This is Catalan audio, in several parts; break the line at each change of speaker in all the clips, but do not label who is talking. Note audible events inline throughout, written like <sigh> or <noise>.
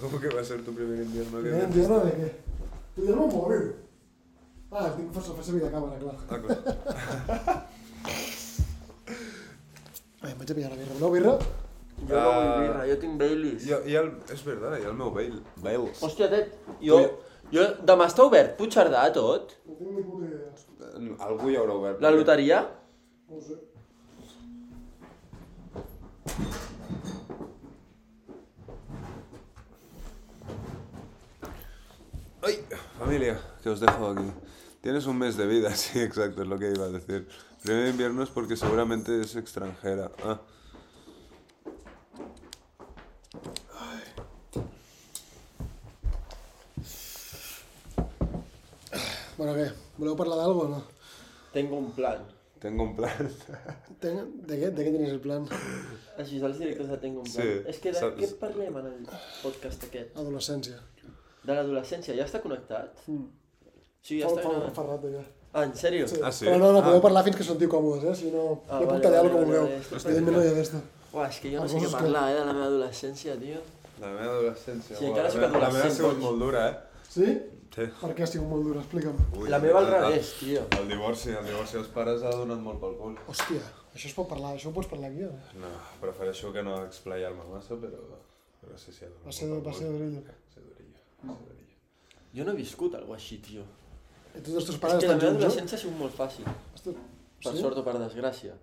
¿Cómo que va a ser tu primer invierno? que
¿Primer
vienes?
invierno de qué? Podríem morir. Ah, tinc que fer fer servir de càmera, clar.
Ah, clar.
Bé, em vaig a pillar una birra. Voleu birra?
Jo no vull
Ah.
birra, jo tinc Baileys.
I, i el, és verdad, i el meu bail. Bales.
Hòstia, Tet, jo... Jo, demà està obert Puigcerdà, tot?
No tinc ni puta idea.
Algú hi haurà obert.
La loteria?
No ho sé.
Ay, familia, que os dejo aquí. Tienes un mes de vida, <laughs> sí, exacto, es lo que iba a decir. Primer invierno es porque seguramente es extranjera. Ah.
Bueno, què? Voleu parlar d'algo o no?
Tengo un plan.
Tengo un plan.
Tenc... De què? De què tenies el plan?
Així és, els directors de Tengo un plan.
Sí,
és que de
saps-
què parlem en el podcast aquest?
Adolescència.
De l'adolescència, ja està connectat?
Mm.
Sí, ja
Fa,
està
fa,
connectat.
fa rato, ja.
Ah, en sèrio?
Sí.
Ah, sí?
Però no, no,
Ah.
podeu parlar fins que sentiu còmodes, eh? Si no,
Ah,
jo
vale,
apuntaré
vale,
el que
vale,
vulgueu.
vale, està
Evidentment no hi ha d'esto.
Uah, és que jo no
Ah,
sé què
coses que-
parlar, eh, de la meva adolescència, tio.
<laughs> La meva adolescència.
Sí,
buah,
encara
la
sóc
meva- La meva ha
adolescent,
sigut
doncs.
molt dura, eh?
Sí?
Sí.
Per què ha sigut molt dura? Explica'm.
Ui,
La meva al
el-
revés, tio.
El divorci, el divorci dels pares ha donat molt pel cul.
Hòstia, això es pot parlar, això ho pots parlar aquí, eh? o no?
No, prefereixo que no explayar-me massa, però... Però sí, sí, ha donat
Va ser,
molt pel
va ser
cul.
durillo.
Va ser durillo, va ser durillo.
Jo no he viscut alguna així, tio.
I tots els teus
És
pares
que la
estan
meva
junts,
adolescència ha sigut molt fàcil.
no? Hosti,
Per
Sí?
sort o per desgràcia.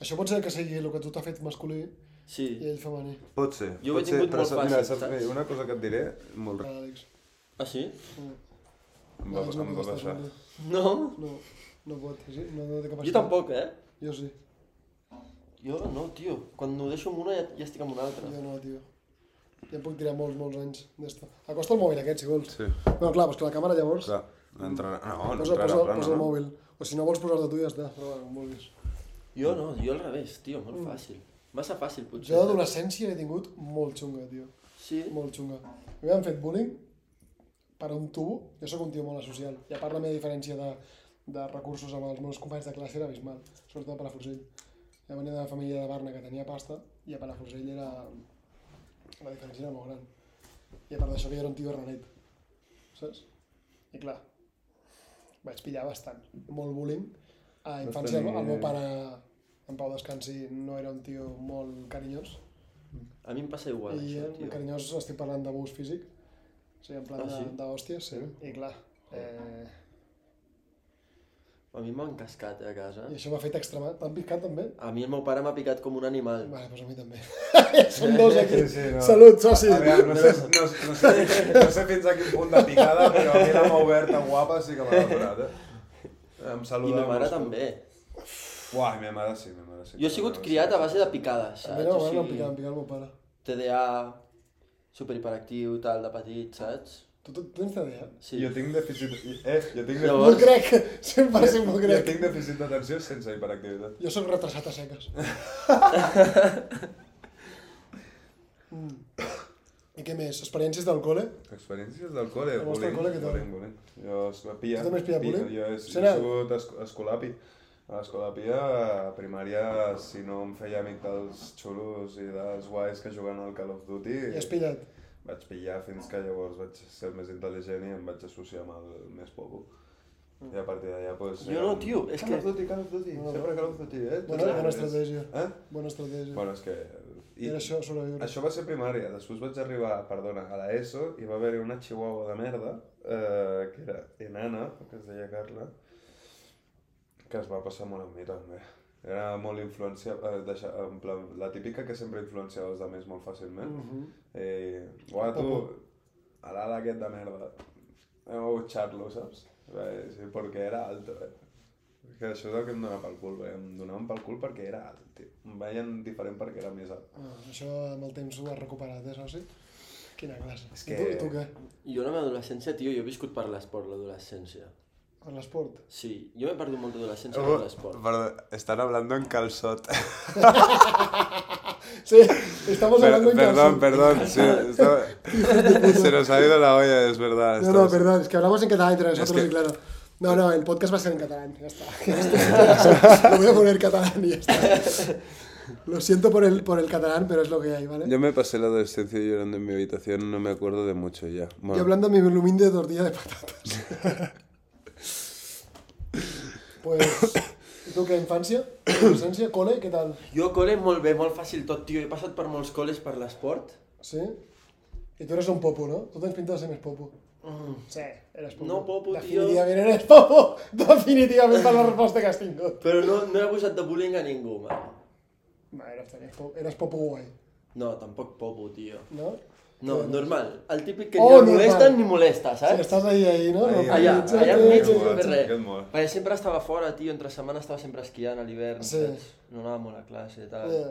Això pot ser que sigui el que tu t'ha fet masculí
Sí.
i ell femení.
Pot ser.
Jo ho he
pot ser,
tingut
però
molt
saps- mira,
fàcil,
saps
saps?
què? una cosa que et diré, molt...
Ah, Àlex.
Ah, sí?
Mm.
Em va,
Àlex Doncs no
em
pot
va
estar
passar.
junts.
No?
No, no pot. sí, No, no té capacitat.
Jo tampoc, eh?
Jo sí.
Jo no, tio. Quan ho deixo amb una ja, ja estic amb una altra.
Jo no, tio. Ja em puc tirar molts, molts anys d'esto. Acosta el mòbil aquest, si vols.
Sí,
No, clar, però la càmera llavors...
clar. No entrarà... No, no
posa,
entrarà
posa,
a plana,
posa el
no?
mòbil. O si no vols posar-te tu, ja està. Però bueno, com vulguis.
Jo no, jo al revés, tio, molt fàcil. Massa fàcil,
Mm.
potser.
Jo d'adolescència he tingut molt xunga, tio.
Sí?
Molt xunga. A mi m'han fet bullying per un tubo. Jo sóc un tio molt asocial. I a part la meva diferència de, de recursos amb els meus companys de classe era abismal. Sobretot a Palafrugell. Jo venia d'una família de Barna que tenia pasta i a Palafrugell era... La diferència era molt gran. I a part d'això que jo era un tio ranet. Saps? I clar, vaig pillar bastant. Molt bullying. A
Vas
infància
tenir-
el meu pare en Pau Descansi no era un tio molt carinyós,
A mi em passa igual,
i
això,
eh,
tio.
carinyós estic parlant d'abús físic, o sigui, en plan
Ah,
ah, sí?
sí?
d'hòsties, sí.
Sí?
I clar,
Oh.
eh,
A mi m'han cascat eh, a casa.
i això m'ha fet extremar. T'han picat també?
A mi el meu pare m'ha picat com un animal.
Vale, doncs a mi també. <laughs> Som dos aquí.
Sí, sí, no. Ah,
Salut, soci.
A veure, no sé, no, no, sé, no sé fins a quin punt de picada, però a mi la mà oberta guapa sí que m'ha devorat, eh? Em
I
saluda...
ma mare
amb-
també.
Uah, i ma mare sí, ma mare sí.
Jo he sigut criat a base de picades,
A mi
Ah,
saps?
no,
O
bueno, em
sigui,
picava, em picava el meu pare.
TDA, superhiperactiu, tal, de petit, saps?
Tu, tu, tu tens TDA?
Sí.
Jo tinc dèficit... Eh, jo tinc,
Llavors-
Molt grec, <laughs> sempre va ser
jo
molt grec.
tinc dèficit d'atenció sense hiperactivitat.
Jo sóc retrasat a
<laughs>
seques. mm. I què més? Experiències del col·le?
Experiències del col·le,
El vostre
bullying,
col·le què tal?
bullying, bullying. Jo es va pillar.
Tu també has pillat
pi-
bullying?
Jo he, jo he
Serà?
sigut es, escolapi. A l'escolapi, a primària, si no em feia amic dels xulos i dels guais que juguen al Call of Duty,
I has pillat?
vaig pillar fins que llavors vaig ser el més intel·ligent i em vaig associar amb el més pobo. I a partir d'allà, doncs...
Jo no, tio, és
Call of
que...
Duty, Call of Duty,
Mm. No, no.
sempre Call of Duty, eh?
Bona,
Tots
bona
els primers.
estratègia.
Eh?
Bona estratègia.
Bueno, és que...
I... Era això, sobreviure.
Això va ser primària, després vaig arribar, perdona, a l'ESO i va haver-hi una chihuahua de merda, eh, que era enana, que es deia Carla, que es va passar molt amb mi també. Era molt influenciable, eh, deixa, en plan, la típica que sempre influenciava els altres molt fàcilment.
Mhm.
Eh, uah, tu, a l'ala aquest de merda, anem a butxar-lo, saps? Eh, sí, perquè era alto, eh? Que això és el que em dona pel cul, eh? Em donaven pel cul perquè era alt, tio. Em veien diferent perquè era més alt.
Ah, això amb el temps ho has recuperat, eh, soci? Quina classe.
És
I
que-
tu, i tu què?
Jo la meva adolescència, tio, jo he viscut per l'esport, l'adolescència.
En l'esport?
Sí, jo m'he perdut molt d'adolescència
Oh,
per
Oh,
l'esport.
Perdón, están hablando en calzot.
Sí, estamos hablando en
perdón,
calzón.
perdón.
<laughs>
sí, estaba- se nos ha ido la olla, es verdad.
No, no,
estamos-
perdón, es que hablamos en catalán entre nosotros
que-
y claro. No, no, <laughs> el podcast va a ser en catalán, ya está. Lo voy a poner en catalán y ya está. Lo siento por el, por el catalán, pero es lo que hay, ¿vale?
Yo me pasé la adolescencia llorando en mi habitación, no me acuerdo de mucho ya. Bueno,
Y hablando de mi blumín de tortilla de patatas. <laughs> pues, ¿i tu què, infància? Adolescència? Cole? Què tal?
Jo col·le molt bé, molt fàcil tot, tio. He passat per molts col·les per l'esport.
Sí? I tu eres un popo, no? Tu tens pinta de ser més popo.
Mm.
Sí, eres popo.
No popo, tio.
Definitivament eres popo! <laughs> Definitivament per la resposta que has tingut.
Però no, no he abusat de bullying a ningú, man.
No, eres, eres, popo, eres popo guai,
No, tampoc popo, tio.
no?
No, normal. El típic que ni
Oh,
el
normal.
molesten ni molesta,
Si
saps?
estàs ahí, ahí, no?
Ahí,
Allà,
Sí,
allà
sí,
enmig
sí,
no puc fer
sí,
res.
que és molt.
Perquè sempre estava fora, tio, entre setmana estava sempre esquiant a l'hivern,
Sí.
saps? No anava molt a classe, tal.
Yeah.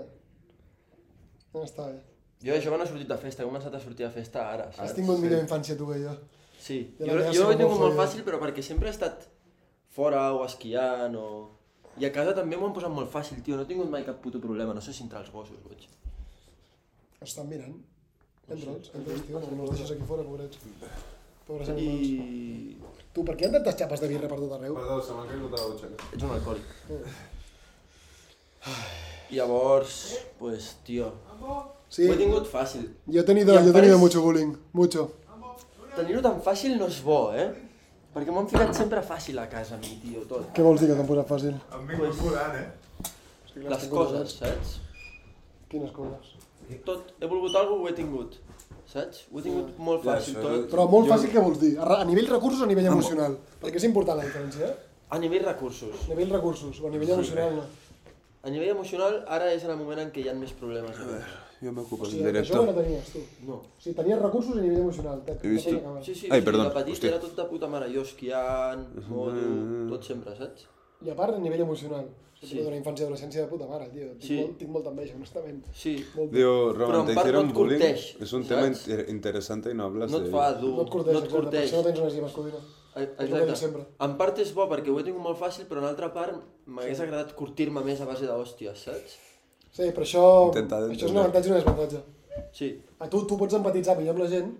No està bé.
Jo de jove no he sortit de festa, he començat a sortir de festa ara,
Has
saps?
tingut millor infància tu que jo.
Sí,
Jo
jo,
la meva
jo ho he
sí,
tingut molt
homòfoba.
fàcil, però perquè sempre he estat fora o esquiant o... I a casa també m'ho han posat molt fàcil, tio, no he tingut mai cap puto problema, no sé si entrar els gossos, boig.
Estan mirant. Entra'ls, entra'ls, tio, no els deixes aquí fora, pobrets. Pobres animals.
I...
Tu, per què hi ha tantes xapes de birra per tot arreu?
Perdó, se m'ha caigut a la butxaca.
Ets un alcohòlic. I llavors, pues, tio,
Sí,
ho he tingut fàcil.
yo he tenido,
Y
yo he tenido
aparece-
mucho bullying, mucho.
Tenir-ho tan fàcil no és bo, eh? Perquè m'han ficat sempre fàcil a casa, a mi, tio, tot.
Què vols dir que t'han posat fàcil?
Em vinc curant, eh?
Les coses, saps?
Quines coses?
Tot, he volgut alguna ho he tingut, saps? Ho he tingut molt
Ja,
fàcil,
això-
tot.
Però molt
Jo-
fàcil que vols dir, a, ra- a nivell recursos o a nivell emocional? Perquè és important la diferència, eh?
A nivell recursos.
A nivell recursos o a nivell emocional no.
A nivell emocional, ara és en el moment en què hi ha més problemes. A veure.
Jo
O
m'ocupo en
sigui, de jove no
directe.
tenies, tu.
No.
O sigui, tenies recursos a nivell emocional. Te,
He vist-
te
Sí,
acabar.
sí, sí,
Ai,
o sigui,
perdona,
de petit
hòstia.
era tot de puta mare, jo esquiant, moto, tot sempre, saps?
I a part, a nivell emocional. O sigui,
Sí.
sí. una infància i adolescència de puta mare, tio. Tinc,
Sí.
molt, tinc molta enveja, honestament.
Sí,
Molt...
Diu,
Però
Roman,
en
te
part no
hicieron
et
bullying.
curteix,
És un
saps?
tema inter- interessante i no hables
no et
d'ell.
fa dur,
No et corteix,
no et
exacte, per
corteix. E-,
això no tens una lleva escudina. el que dic
Exacte.
sempre.
En part és bo perquè ho he tingut molt fàcil, però en altra part m'hagués agradat curtir-me més a base d'hòsties, saps?
Sí, però això,
Intenta
això és un
d'entendre.
avantatge i un desavantatge.
Sí,
A tu, tu pots empatitzar millor amb la gent,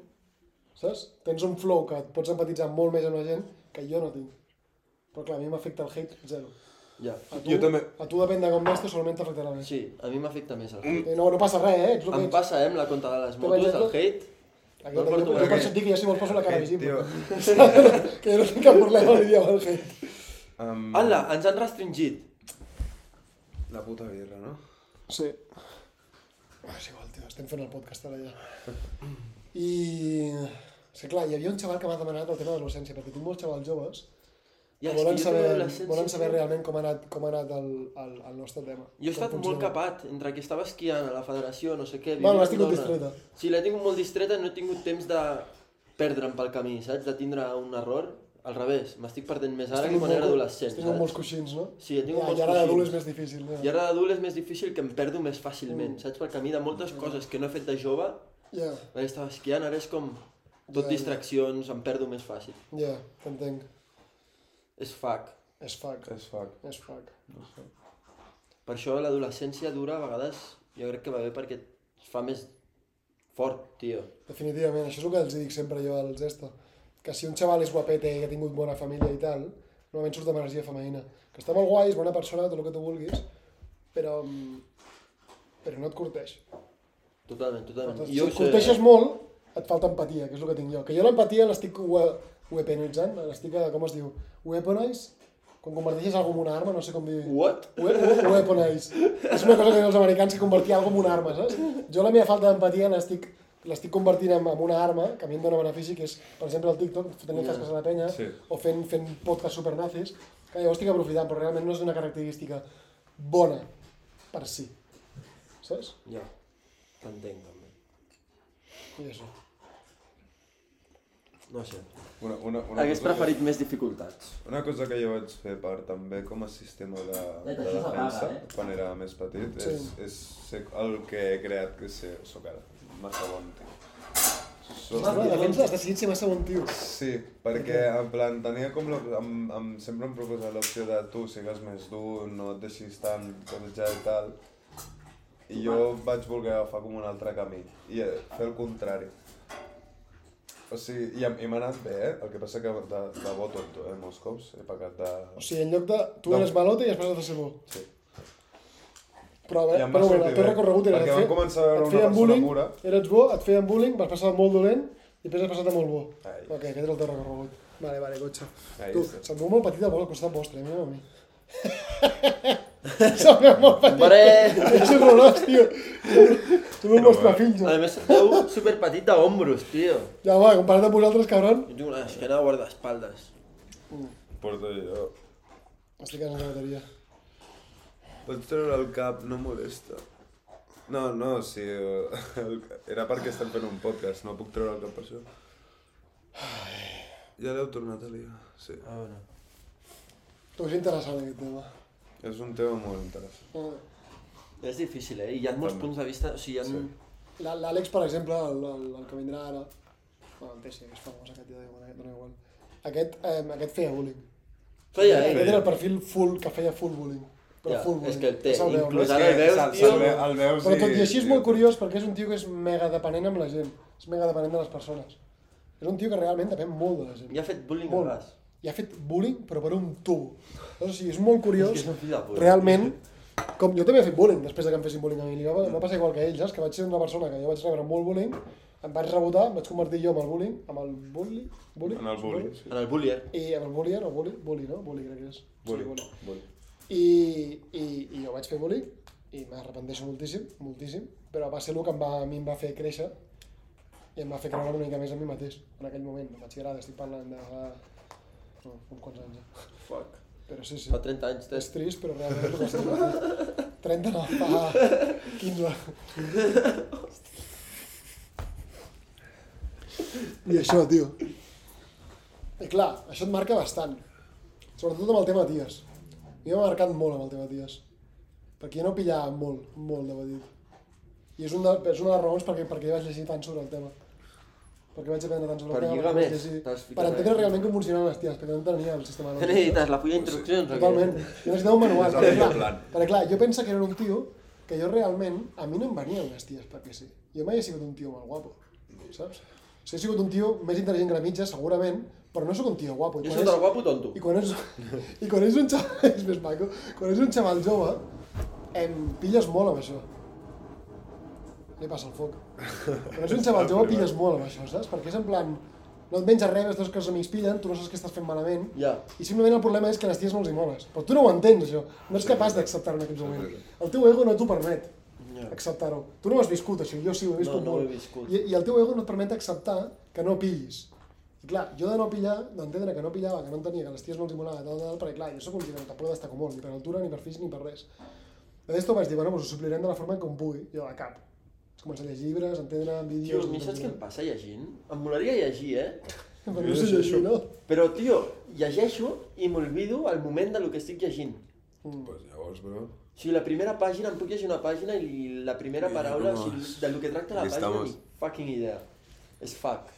saps? Tens un flow que et pots empatitzar molt més amb la gent que jo no tinc. Però clar, a mi m'afecta el hate zero.
ja.
A tu,
Jo també.
a tu depèn de com vestes, solament t'afectarà més.
Sí, a mi m'afecta més el hate.
Eh, No, no passa res, eh? Ets el que
Em
ets.
passa, eh, amb la conta de les
Tu
motos,
veus
el
això?
hate.
Aquí,
no
jo,
porto
jo,
res.
jo per això et dic que jo si vols poso la cara <laughs> visible.
Tio,
que jo no tinc cap problema ni dia amb el hate.
em,
Ala, ens han restringit.
la puta birra, no?
Sí. Ah, És igual, tio, estem fent el podcast ara ja. I... És que clar, hi havia un xaval que m'ha demanat el tema de l'adolescència, perquè tinc molts xavals joves ja,
Ja, és
volen,
que jo
saber,
tinc adolescència,
volen saber
tio.
realment com ha anat, com ha anat el, el, el nostre tema.
Jo he
Com
estat molt
funciona.
capat, entre que estava esquiant a la federació, no sé què...
Bueno,
vivint
l'has tingut
a Andorra.
distreta.
Sí, l'he tingut molt distreta, no he tingut temps de perdre'm pel camí, saps? De tindre un error. Al revés, m'estic perdent més
Has
ara que
tingut
quan era
molt-
adolescent,
Has tingut molts
saps?
coixins, no?
Sí, he tingut
ja,
molts
I ara d'adult
coixins.
és més difícil. Ja.
I ara d'adult és més difícil que em perdo més fàcilment,
Mm.
saps? Perquè a mi de moltes coses que no he fet de jove,
Ja,
quan estava esquiant, ara és com... Tot
Ja, ja.
distraccions, em perdo més fàcil.
ja, t'entenc.
És fuck.
És fuck,
És fuck.
és fuck.
Per això l'adolescència dura a vegades, jo crec que va bé perquè et fa més fort, tio.
Definitivament, això és el que els dic sempre jo als esto. Que si un xaval és guapete i ha tingut bona família i tal, normalment surt amb energia femenina. Que està molt guai, és bona persona, tot el que tu vulguis, però, mm, però no et corteix.
Totalment, totalment.
Si et corteixes molt, et falta empatia, que és el que tinc jo. Que jo l'empatia l'estic we- weaponitzant, l'estic, eh, com es diu, weaponize? Quan converteixes alguna en una arma, no sé com dir...
What?
We- we- Weaponize. És una cosa que diuen els americans que convertir alguna en una arma, saps? Jo la meva falta d'empatia l'estic l'estic convertint en, en una arma que a mi em dóna benefici, que és, per exemple, el TikTok, fotent yeah. casques a la penya,
Sí.
o fent, fent podcast supernazis, que jo estic aprofitant, però realment no és una característica bona per si. Saps?
Ja, t'entenc també.
I això.
No sé.
Una, una, una
Hagués
cosa que-
preferit més dificultats.
<laughs>
Una cosa que jo vaig fer per també com a sistema de, de
això s'apaga,
defensa,
eh?
quan era més petit,
Sí.
és, és ser el que he creat que sé, soc ara. Massa bon, tio.
Ostres,
Soc...
la defensa està seguint ser massa bon tio.
Sí, perquè en plan tenia com... La, em, em, sempre em proposava l'opció de tu sigues més dur, no et deixis tant cotejar i tal. I jo vaig voler agafar com un altre camí i eh, fer el contrari. O sigui, i, em- i m'ha anat bé, eh? El que passa que de, de bo tot, eh? Molts cops he pecat de...
O sigui, en lloc de... Tu
No.
eres malote i després has de ser bo.
Sí.
Però,
I
bé,
em va
però bueno,
sortir
el teu
bé,
recorregut era...
perquè
et
vam
fe-
començar a veure
et
una
feien
persona
bullying,
pura.
Eres bo, et feien bullying, vas passar de molt dolent i després has passat de molt bo.
Ai.
Ok, aquest era el teu recorregut. Vale, vale, cotxe.
Ahí
tu,
està.
se'm veu molt petit de vol al costat vostre, eh, a mi. <laughs> se'm veu molt petit.
Hombre!
És horrorós, tio. Tu no mos trafinjo.
A més, esteu superpetit d'ombros, tio.
Ja, va, comparat amb vosaltres, cabron.
Jo tinc una esquena de guardaespaldes.
Porto jo.
Estic en la bateria.
Pots treure el cap, no molesta. No, no, sí, eh, <laughs> el, era perquè estem fent un podcast, no puc treure el cap per això. Ja l'heu tornat a liar, sí.
Ah, bueno.
Tu és interessant aquest tema.
És un tema molt interessant.
És difícil, eh? I hi ha molts
També.
punts de vista, o sigui, hi ha...
Sí.
La- L'Àlex, per exemple, el, el, el que vindrà ara, bueno, el TC, que és famós aquest, ja dona dona igual. Aquest, eh, aquest feia bullying.
Feia,
Aquest
eh?
era el perfil full, que feia full bullying. Però
Ja,
full bullying.
és que el té,
se'l veu,
inclús
no?
ara el veus, tio.
el, ve- el veus
Però tot i així és molt curiós perquè és un tio que és mega dependent amb la gent. És mega dependent de les persones. És un tio que realment depèn molt de la gent.
I ha fet bullying a
Molt.
ras.
I ha fet bullying, però per un tubo. O sigui, és molt
És que
curiós.
és un fill de puta.
realment, com jo també he fet bullying després de que em fessin bullying a mi, li va, em va passar igual que a ell, saps? Que vaig ser una persona que jo vaig rebre molt bullying, em vaig rebotar, em vaig convertir jo en el bullying, amb el bully, bully,
En el bullying, sí.
En el eh? bullier.
i en el bullier, o bully, bully, no? Bully crec que és.
Bullying,
Sí,
bullying.
I, i, i jo vaig fer bullying i m'arrepenteixo moltíssim, moltíssim, però va ser el que em va, a mi em va fer créixer i em va fer creure una mica més en mi mateix en aquell moment, no vaig agradar, estic parlant de fa no, uns quants anys eh? ja.
Fuck.
Però sí, sí.
Fa 30 anys,
És
tens.
trist, però realment és el que estic patint.
<laughs>
30 no, fa 15. I això, tio. I clar, això et marca bastant. Sobretot amb el tema ties. A mi m'ha marcat molt amb el tema ties. Perquè jo no pillava molt, molt de petit. I és, un de, és una de les raons perquè, perquè vaig llegir tant sobre el tema. Perquè vaig aprendre tant sobre
Per
el tema.
lligar
perquè vaig
més,
llegir-
t'has ficat
Per entendre
més.
realment com funcionaven les ties, perquè no entenia el
<laughs>
sistema
Què
nerviós.
necessites? La fulla d'instruccions? o què?
Totalment. Jo necessitava un manual.
És el
Perquè
millor
clar,
plan.
perquè clar, jo penso que era un tio que jo realment, a mi no em venien les ties perquè sí. Jo mai he sigut un tio molt guapo, saps? O sigui, he sigut un tio més intel·ligent que la mitja, segurament, però no sóc un tio guapo. I
Jo
quan
soc
ets-
del guapo tonto.
i quan és, <laughs> i quan és un xaval, <laughs> és més maco, quan és un xaval jove, em pilles molt amb això. Li passa el foc. Quan és un
<laughs>
xaval jove, pilles molt amb això, saps? Perquè és en plan, no et menges res, veus que els amics pillen, tu no saps què estàs fent malament,
Ja.
i simplement el problema és que a les ties no els hi moles. Però tu no ho entens, això. No ets capaç d'acceptar-ho en aquell moment. El teu ego no t'ho permet
Ja.
acceptar-ho. Tu no ho has viscut, això. Jo sí, ho he viscut
No, no ho he
molt.
viscut.
I, I el teu ego no et permet acceptar que no pillis. I clar, jo de no pillar, d'entendre que no pillava, que no entenia, que les ties no els hi molava, tal, tal, perquè clar, jo sóc un tio que tampoc he destaco molt, ni per altura, ni per fills, ni per res. De d'esto vaig dir, bueno, pues ho suplirem de la forma com pugui, jo de cap. Vaig començar a llegir llibres, entendre
Tio,
vídeos...
a mi saps què em passa llegint? Em molaria llegir, eh?
Però no sé llegir, no?
Però, tio, llegeixo i m'olvido el moment del que estic llegint.
Pues llavors, bro.
O sigui, la primera pàgina, em puc llegir una pàgina i la primera
Ja,
paraula,
no,
o sigui, del que tracta la
Aquí
pàgina,
estamos.
ni fucking idea. És fuck.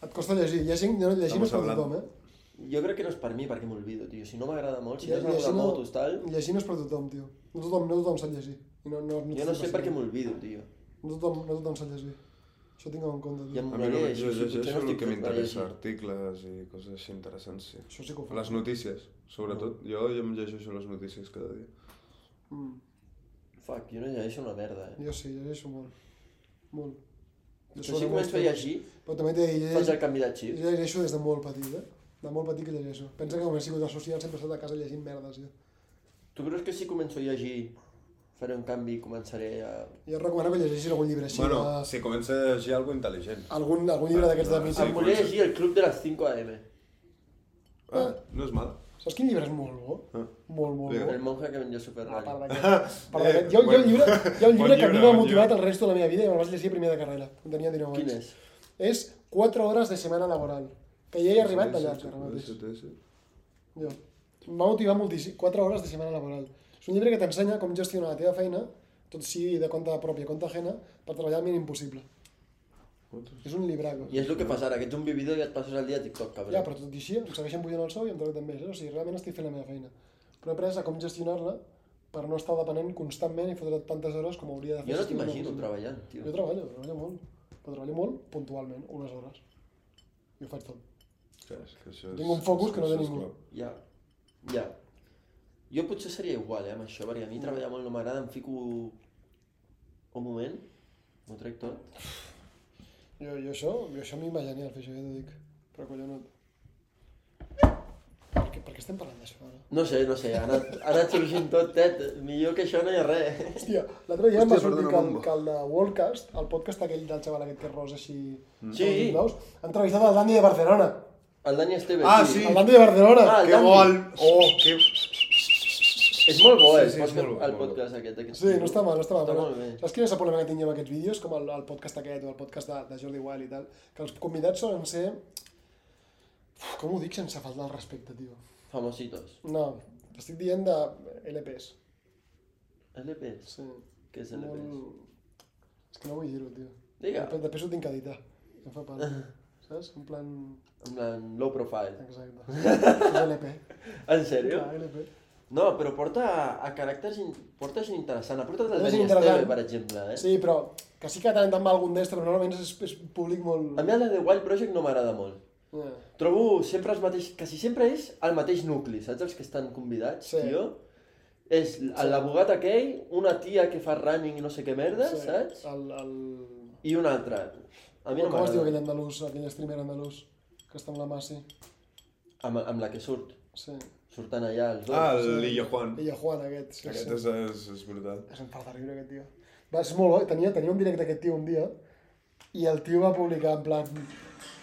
Et costa llegir, llegir, no, llegir no és per
Estamos
tothom,
hablando.
eh?
Jo crec que no és per mi, perquè m'olvido, tio. Si no m'agrada molt, si no és una cosa
Llegir
de
no,
motos, tal...
llegir no és per tothom, tio. No tothom, no tothom sap llegir. I no, no, no
Jo no sé per què
No
m'olvido, tio.
tothom, no tothom sap llegir. Això tinc en compte, tio.
I em
A mi no
molaria
jo
llegir. si potser
llegeixo
no
el
estic
que
fet per
m'interessa,
llegir.
articles i coses així interessants, sí.
Això sí que ho faig.
Les notícies, sobretot. Jo, jo em llegeixo les notícies cada dia.
Mm.
Fuck, jo no llegeixo una merda, eh?
Jo sí, llegeixo molt. Molt. Jo
Però
sobre
si
molts
començo a
temes.
llegir,
Però també t'he dit,
faig el
llegeixo,
canvi de xip.
jo llegeixo des de molt petit, eh? De molt petit que llegeixo. Pensa que com he sigut a social sempre he estat a casa llegint merdes, jo.
Tu creus que si començo a llegir, faré un canvi i començaré a...
Jo et recomano que llegeixis algun llibre així.
Bueno,
de-
si comença a llegir alguna intel·ligent.
algun, algun llibre d'aquests de
Ah,
mitjà.
Em
Sí,
volia
comença.
llegir el Club de les 5 AM.
Ah, no és mal.
Saps quin llibre és molt bo?
Ah.
Molt, molt
Digue.
bo.
El monje que vendió
A part
Superradio.
d'aquest, a part d'aquest.
Eh,
Hi ha, hi ha un
bueno.
llibre, hi ha un
Bon
llibre que a
llibre,
mi m'ha
bon
motivat
llibre.
el resto de la meva vida i me'l vaig llegir a primer de carrera, quan tenia 19 anys.
Quin és?
És 4 hores de setmana laboral, que ja hi he arribat de llarg ara mateix. Jo. Em va motivar moltíssim. 4 hores de setmana laboral. És un llibre que t'ensenya com gestionar la teva feina, tot sigui de compte pròpia, compte ajena, per treballar el mínim possible. És un libraco.
I és el que passa ara, que ets un vividor i et passes el dia a TikTok, cabrón.
Ja, però tot i així em segueixen pujant el sou i em tracten més. Eh? O sigui, realment estic fent la meva feina. Però he après a com gestionar-la per no estar depenent constantment i fotre't tantes hores com hauria de fer.
Jo no
si estigués
t'imagino
en una oficina.
treballant,
Jo
tio.
treballo, treballo molt. Però treballo molt puntualment, unes hores. I ho faig tot.
Clar, és que això és-
Tinc un focus que no té
això és
ningú.
clau.
Ja. Ja. Jo potser seria igual, eh, amb això, perquè a mi treballar molt no m'agrada, em fico un moment, m'ho trec tot.
Jo, jo això, jo això a mi em va genial fer això, ja t'ho dic. Però collonot. Per què, per què estem parlant d'això ara?
No sé, no sé, ha anat, ha anat sorgint tot, Ted. Millor que això no hi ha res.
Hòstia, l'altre dia em va
Hòstia,
sortir
perdona,
que el,
Mambo.
que el de Worldcast, el podcast aquell del xaval aquest que és ros així...
Mm.
Sí.
amb Blaus, ha entrevistat el Dani de Barcelona.
El Dani Esteve,
Ah, sí.
El Dani de Barcelona.
Ah, el
Que
Dani.
gol! Oh, que...
És molt bo,
Sí,
eh, el,
sí, és molt
podcast,
bo,
el
molt bo.
podcast aquest. aquest
Sí, no està mal, no està mal.
Està
però
molt bé.
Saps quin és el problema que tinc jo amb aquests vídeos, com el, el podcast aquest o el podcast de, de Jordi Wild i tal? Que els convidats solen ser... Uf, com ho dic sense faltar al respecte, tio?
Famositos.
No, estic dient de LPs.
LPs.
Sí.
Què és
Mm.
LPs?
Molt... És que no vull dir-ho, tio.
Digue.
Després, després ho tinc que editar. Em fa
<laughs>
pena. Saps? En plan...
En plan, low profile.
Exacte.
<laughs>
És LP.
En sèrio?
Clar, LP.
No, però porta a caràcters... In... Porta gent interessant. Ha portat el
És
Dani Esteve,
interessant.
per exemple, eh?
Sí, però que sí que tant en tant va algun d'estre, però normalment és, és públic molt...
A mi el de The Wild Project no m'agrada molt.
Yeah.
Trobo sempre els mateixos... Quasi sempre és el mateix nucli, saps? Els que estan convidats,
Sí.
tio. És l'abogat aquell, una tia que fa running i no sé què merda, saps?
El, el...
I un altre. A mi no
Com es diu aquell
m'agrada.
andalús, aquell streamer andalús? Que està amb la Masi.
Amb, amb la que surt.
Sí.
Surten allà els dos.
Ah, l'Illa Juan.
Ella Juan, aquest. Sí, sí.
Aquest és, és, és brutal.
És un falta riure, aquest tio. Va, és molt bo. Tenia, tenia un directe aquest tio un dia i el tio va publicar en plan...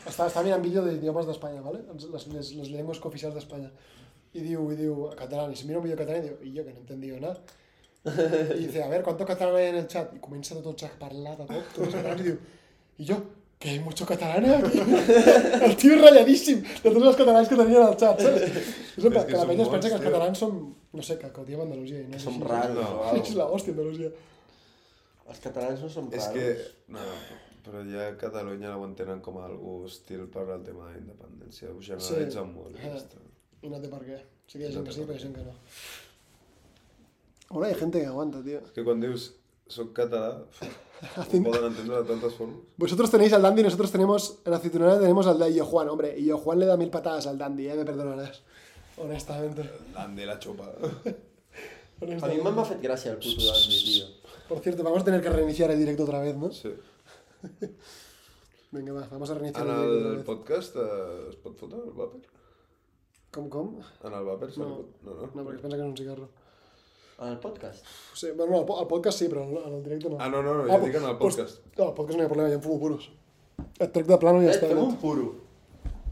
Estava, estava mirant vídeo d'idiomes d'Espanya, ¿vale? Els- les, les, les llengües cooficials d'Espanya. I diu, i diu, catalán, y se mira un vídeo catalán y diu, y yo que no he entendido nada. Y dice, a ver, ¿cuánto catalán hay en el chat? Y comienza todo a parlar de tot, tots els catalans, i diu, i jo, que hay mucho catalán eh, aquí. <laughs> El tio és ratlladíssim de tots els catalans que tenien al xat, saps? És, en
És
plan, que,
que
la
són
penya es
bons,
pensa que els
tio.
catalans són, no sé, que, que odiem Andalusia. i No és
Som
així.
raros.
No.
o
<laughs>
algo.
És la hòstia, Andalusia.
Els catalans no són
És
raros.
que... No, però ja a Catalunya ho entenen com a algú hostil per al tema de la independència. Ho generalitzen molt.
Ah.
aquesta.
I no té per què. Sí que hi ha
No
gent que
té
sí,
per
però hi ha
què.
gent que no. Bueno, hi ha gent que aguanta, tio.
És que quan dius soc català, ho
<laughs>
poden entendre de tantes formes.
Vosotros tenéis al Dandy, nosotros tenemos, en acitunera tenemos al de Illo Juan, hombre. Illo Juan le da mil patadas al Dandy, eh, me perdonarás. Honestamente.
L'Ande la xopa.
<laughs>
A mi
Honestamente.
m'ha fet gràcia el puto Andy, tio.
Por cierto, vamos a tener que reiniciar el directo otra vez, ¿no?
Sí.
Venga, va, vamos a reiniciar
En
el directo
el
otra vez.
podcast eh, es pot fotre el vàper?
¿Cómo, cómo?
En el vàper se li
No.
pot... No, no.
No, porque piensa que es un cigarro.
En el podcast.
Sí, bueno, al, po- al podcast sí, però al, al directe no.
Ah, no, no, no,
Ah,
jo
pues-
dic en el
pues-
podcast.
No, al podcast no hi ha problema, jo em fumo puros. Et trec de plano i ja
Eh,
està. net.
fem un puro.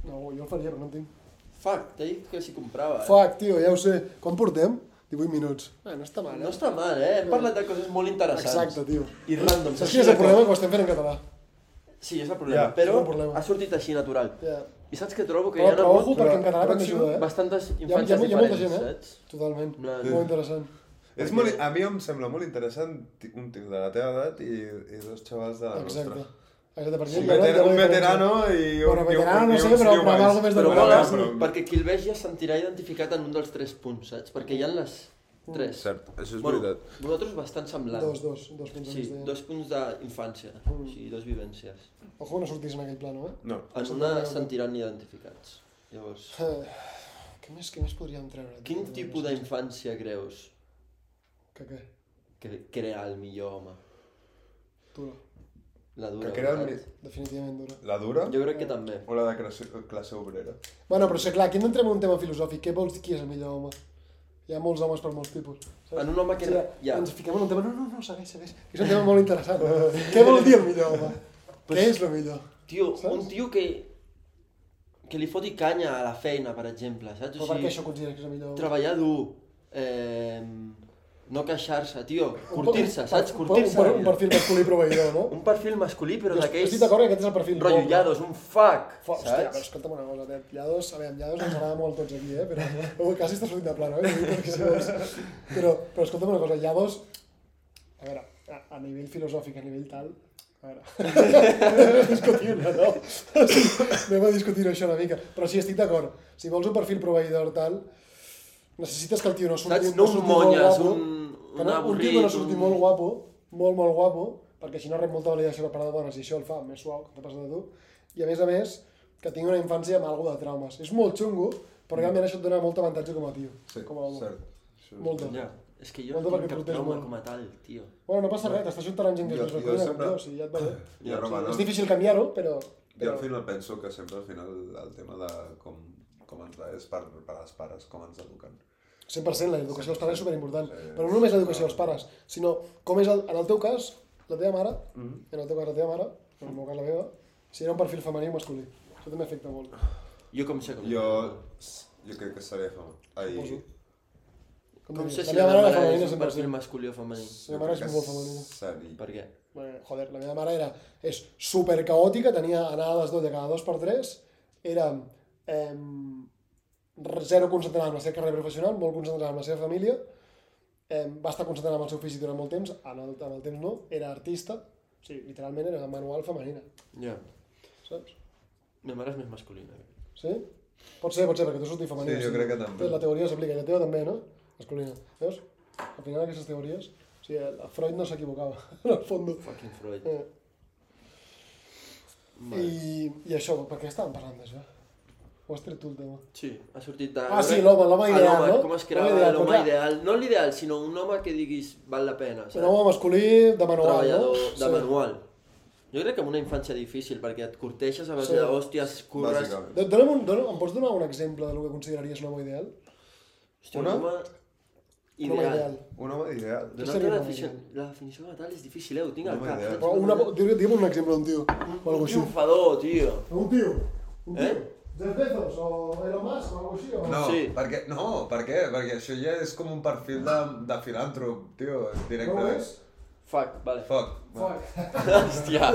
No, jo el faria, però no en tinc.
Fuck, t'he dit que si comprava. Eh?
Fuck, tio, ja ho sé. Quan portem? 18 minuts. Ah, no està mal, eh?
No està mal, eh? Hem parlat de coses molt interessants.
Exacte, tio.
I random.
Saps quin és el problema? Que ho estem fent en català.
Sí, és el problema,
Ja,
però
és el problema.
ha sortit així natural.
Ja.
I saps que trobo que
Però,
hi ha
però ojo,
hagut
perquè en
però-
català
però
també
sí,
ajuda, eh?
bastantes
Hi ha, hi ha,
infàncies
hi ha molta
diferents,
gent, eh?
saps?
Totalment.
Blanc.
Molt interessant.
És
Perquè-
molt, a mi em sembla molt interessant ti- un tio de la teva edat i, i dos xavals
Ah,
de la
Exacte.
nostra.
Exacte, per
Un,
exemple.
veter,
ja
un
veig la
veterano
diferència.
i un
Bueno,
tio-
veterano
i
no
un
sé,
tio
però- però
guais.
algo més de
Però
Però
mola,
clar, però-
perquè qui el vegi es sentirà identificat en un dels tres punts, saps? Perquè hi ha les tres.
Cert, això és
Bueno,
veritat.
vosaltres bastant semblant.
Mm. Dos, dos, dos punts de
Sí,
vista. eh? Mm.
dos punts d'infància, o sigui, dos vivències.
Ojo, no sortís en aquell plano, eh? <sighs>
No,
En una es sentiran identificats. Llavors,
Eh, Què més, què més podríem treure? tio?
quin tipus d'infància creus
Que què?
que crea el millor home?
Dura.
La dura,
que crea el...
veritat?
mi-
Definitivament dura.
La dura
Jo crec que també.
o la de classe, classe obrera?
Bueno, però és que clar, aquí no entrem en un tema filosòfic. Què vols dir qui és el millor home? Hi ha molts homes per molts tipus. saps?
En un home que-
O sigui,
ja.
Ens fiquem en un tema... No, no, no, segueix, segueix. És un tema molt interessant. <laughs> Què vol dir el millor home? Què és el millor?
Tio,
Saps?
un tio que que li foti canya a la feina, per exemple, saps?
Però per què això consideres que és el millor home?
treballar dur, eh, no queixar-se, tio,
Un
curtir-se,
per-
saps?
un per-
Curtir-se.
Un, per- un perfil masculí proveïdor, no?
un perfil masculí, però
Jo
d'aquells
estic d'acord que aquest és el perfil bo.
rotllo llados, un fuck,
Fa, hòstia, però
saps?
escolta'm una cosa, Ted. Llados, a veure, Llados ens agrada molt a tots aquí, eh? Però <laughs> oh, quasi està sortint de plano, eh? Vull dir, Perquè si vols... però, però escolta'm una cosa, Llados... A veure, a, a nivell filosòfic, a nivell tal... A veure... <laughs> Anem a discutir-ho, no? <laughs> O sigui, Anem a discutir això una mica. Però sí, estic d'acord. Si vols un perfil proveïdor tal, necessites que el tio no surti,
Saps? No un
surti molt
monyes,
guapo.
un,
Que
un
no, un tio
avorrit,
que no surti molt guapo, molt, molt guapo, perquè si no rep molta validació per part de dones i això el fa més suau, que t'ha passat a tu, i a més a més, que tingui una infància amb alguna de traumes. És molt xungo, però realment això et dona molt avantatge com a tio.
Sí,
com a home.
cert. Això Sí.
Molta.
Ja, és que jo
Molta
no
perquè
tinc cap
protesta
trauma
molt.
com a tal, tio.
Bueno, no passa res, t'estàs juntant amb gent que
Jo-
es
jo
recorda amb
sempre-
tu, o sigui, ja et va bé.
Jo, Romanon,
És difícil canviar-ho, però...
jo al
però...
final penso que sempre al final el tema de com, com ens és per, per als pares, com ens eduquen.
100% la educació dels pares és superimportant.
Sí.
Però no només l'educació dels pares, sinó com és, el, en el teu cas, la teva mare,
Mhm.
en el teu cas la teva mare, en el meu cas la meva, si era un perfil femení o masculí. Això també afecta molt.
Jo com sé com...
Jo, jo crec que seré fam... Ai,
Suposo.
Com
diria,
sé si la meva mare és un perfil
100%.
masculí o femení?
La meva mare és molt femenina.
Seria...
Per què?
Bueno, joder, la meva mare era, és super caòtica, tenia anades d'olla cada dos per tres, era eh, zero concentrada en la seva carrera professional, molt concentrada en la seva família, eh, va estar concentrada en el seu físic durant molt temps, en el, en el temps no, era artista, o sigui, literalment era manual femenina,
Ja.
saps?
Ma mare és més masculina.
Sí? Pot ser, pot ser, perquè tu sortit femenina.
Sí, jo crec que també.
La teoria s'aplica, i la teva també, no? Masculina. Veus? Al final aquestes teories... O sigui, el Freud no s'equivocava, <laughs> en el fons.
Fucking Freud.
Eh.
Vale.
I, I això, per què estàvem parlant d'això? Ho has tret tu el tema.
Sí, ha sortit de...
Ah, sí, l'home- l'home
Ah,
ideal, no?
Com es
L'home
creava
ideal, pues
l'home
però clar.
ideal, no l'ideal, sinó un home que diguis val la pena, saps?
Un home masculí de manual,
treballador
no?
de manual. Jo crec que amb una infància difícil, perquè et corteixes a base
Sí.
de hòsties, curres...
Bàsicament.
Do- Dona'm un, dona, em pots donar un exemple del que consideraries un home ideal?
Hòstia, un
Una?
home
Un home
ideal.
ideal.
Un home ideal.
Què
Donar-te
seria
la,
un home
definició,
ideal?
la definició com a tal és difícil, eh? Ho tinc al
Un home
cap.
ideal.
Però una, digue'm digue'm un exemple d'un tio, o
Un
alguna així.
triomfador, tio.
Un tio? Un
Eh?
Jeff Bezos o Elon Musk o alguna així? O...
No,
Sí.
perquè, no, per què? Perquè això ja és com un perfil de, de filàntrop, tio, directe.
No ho és?
Fuck,
<laughs>
vale.
Fuck.
Fuck.
Hòstia.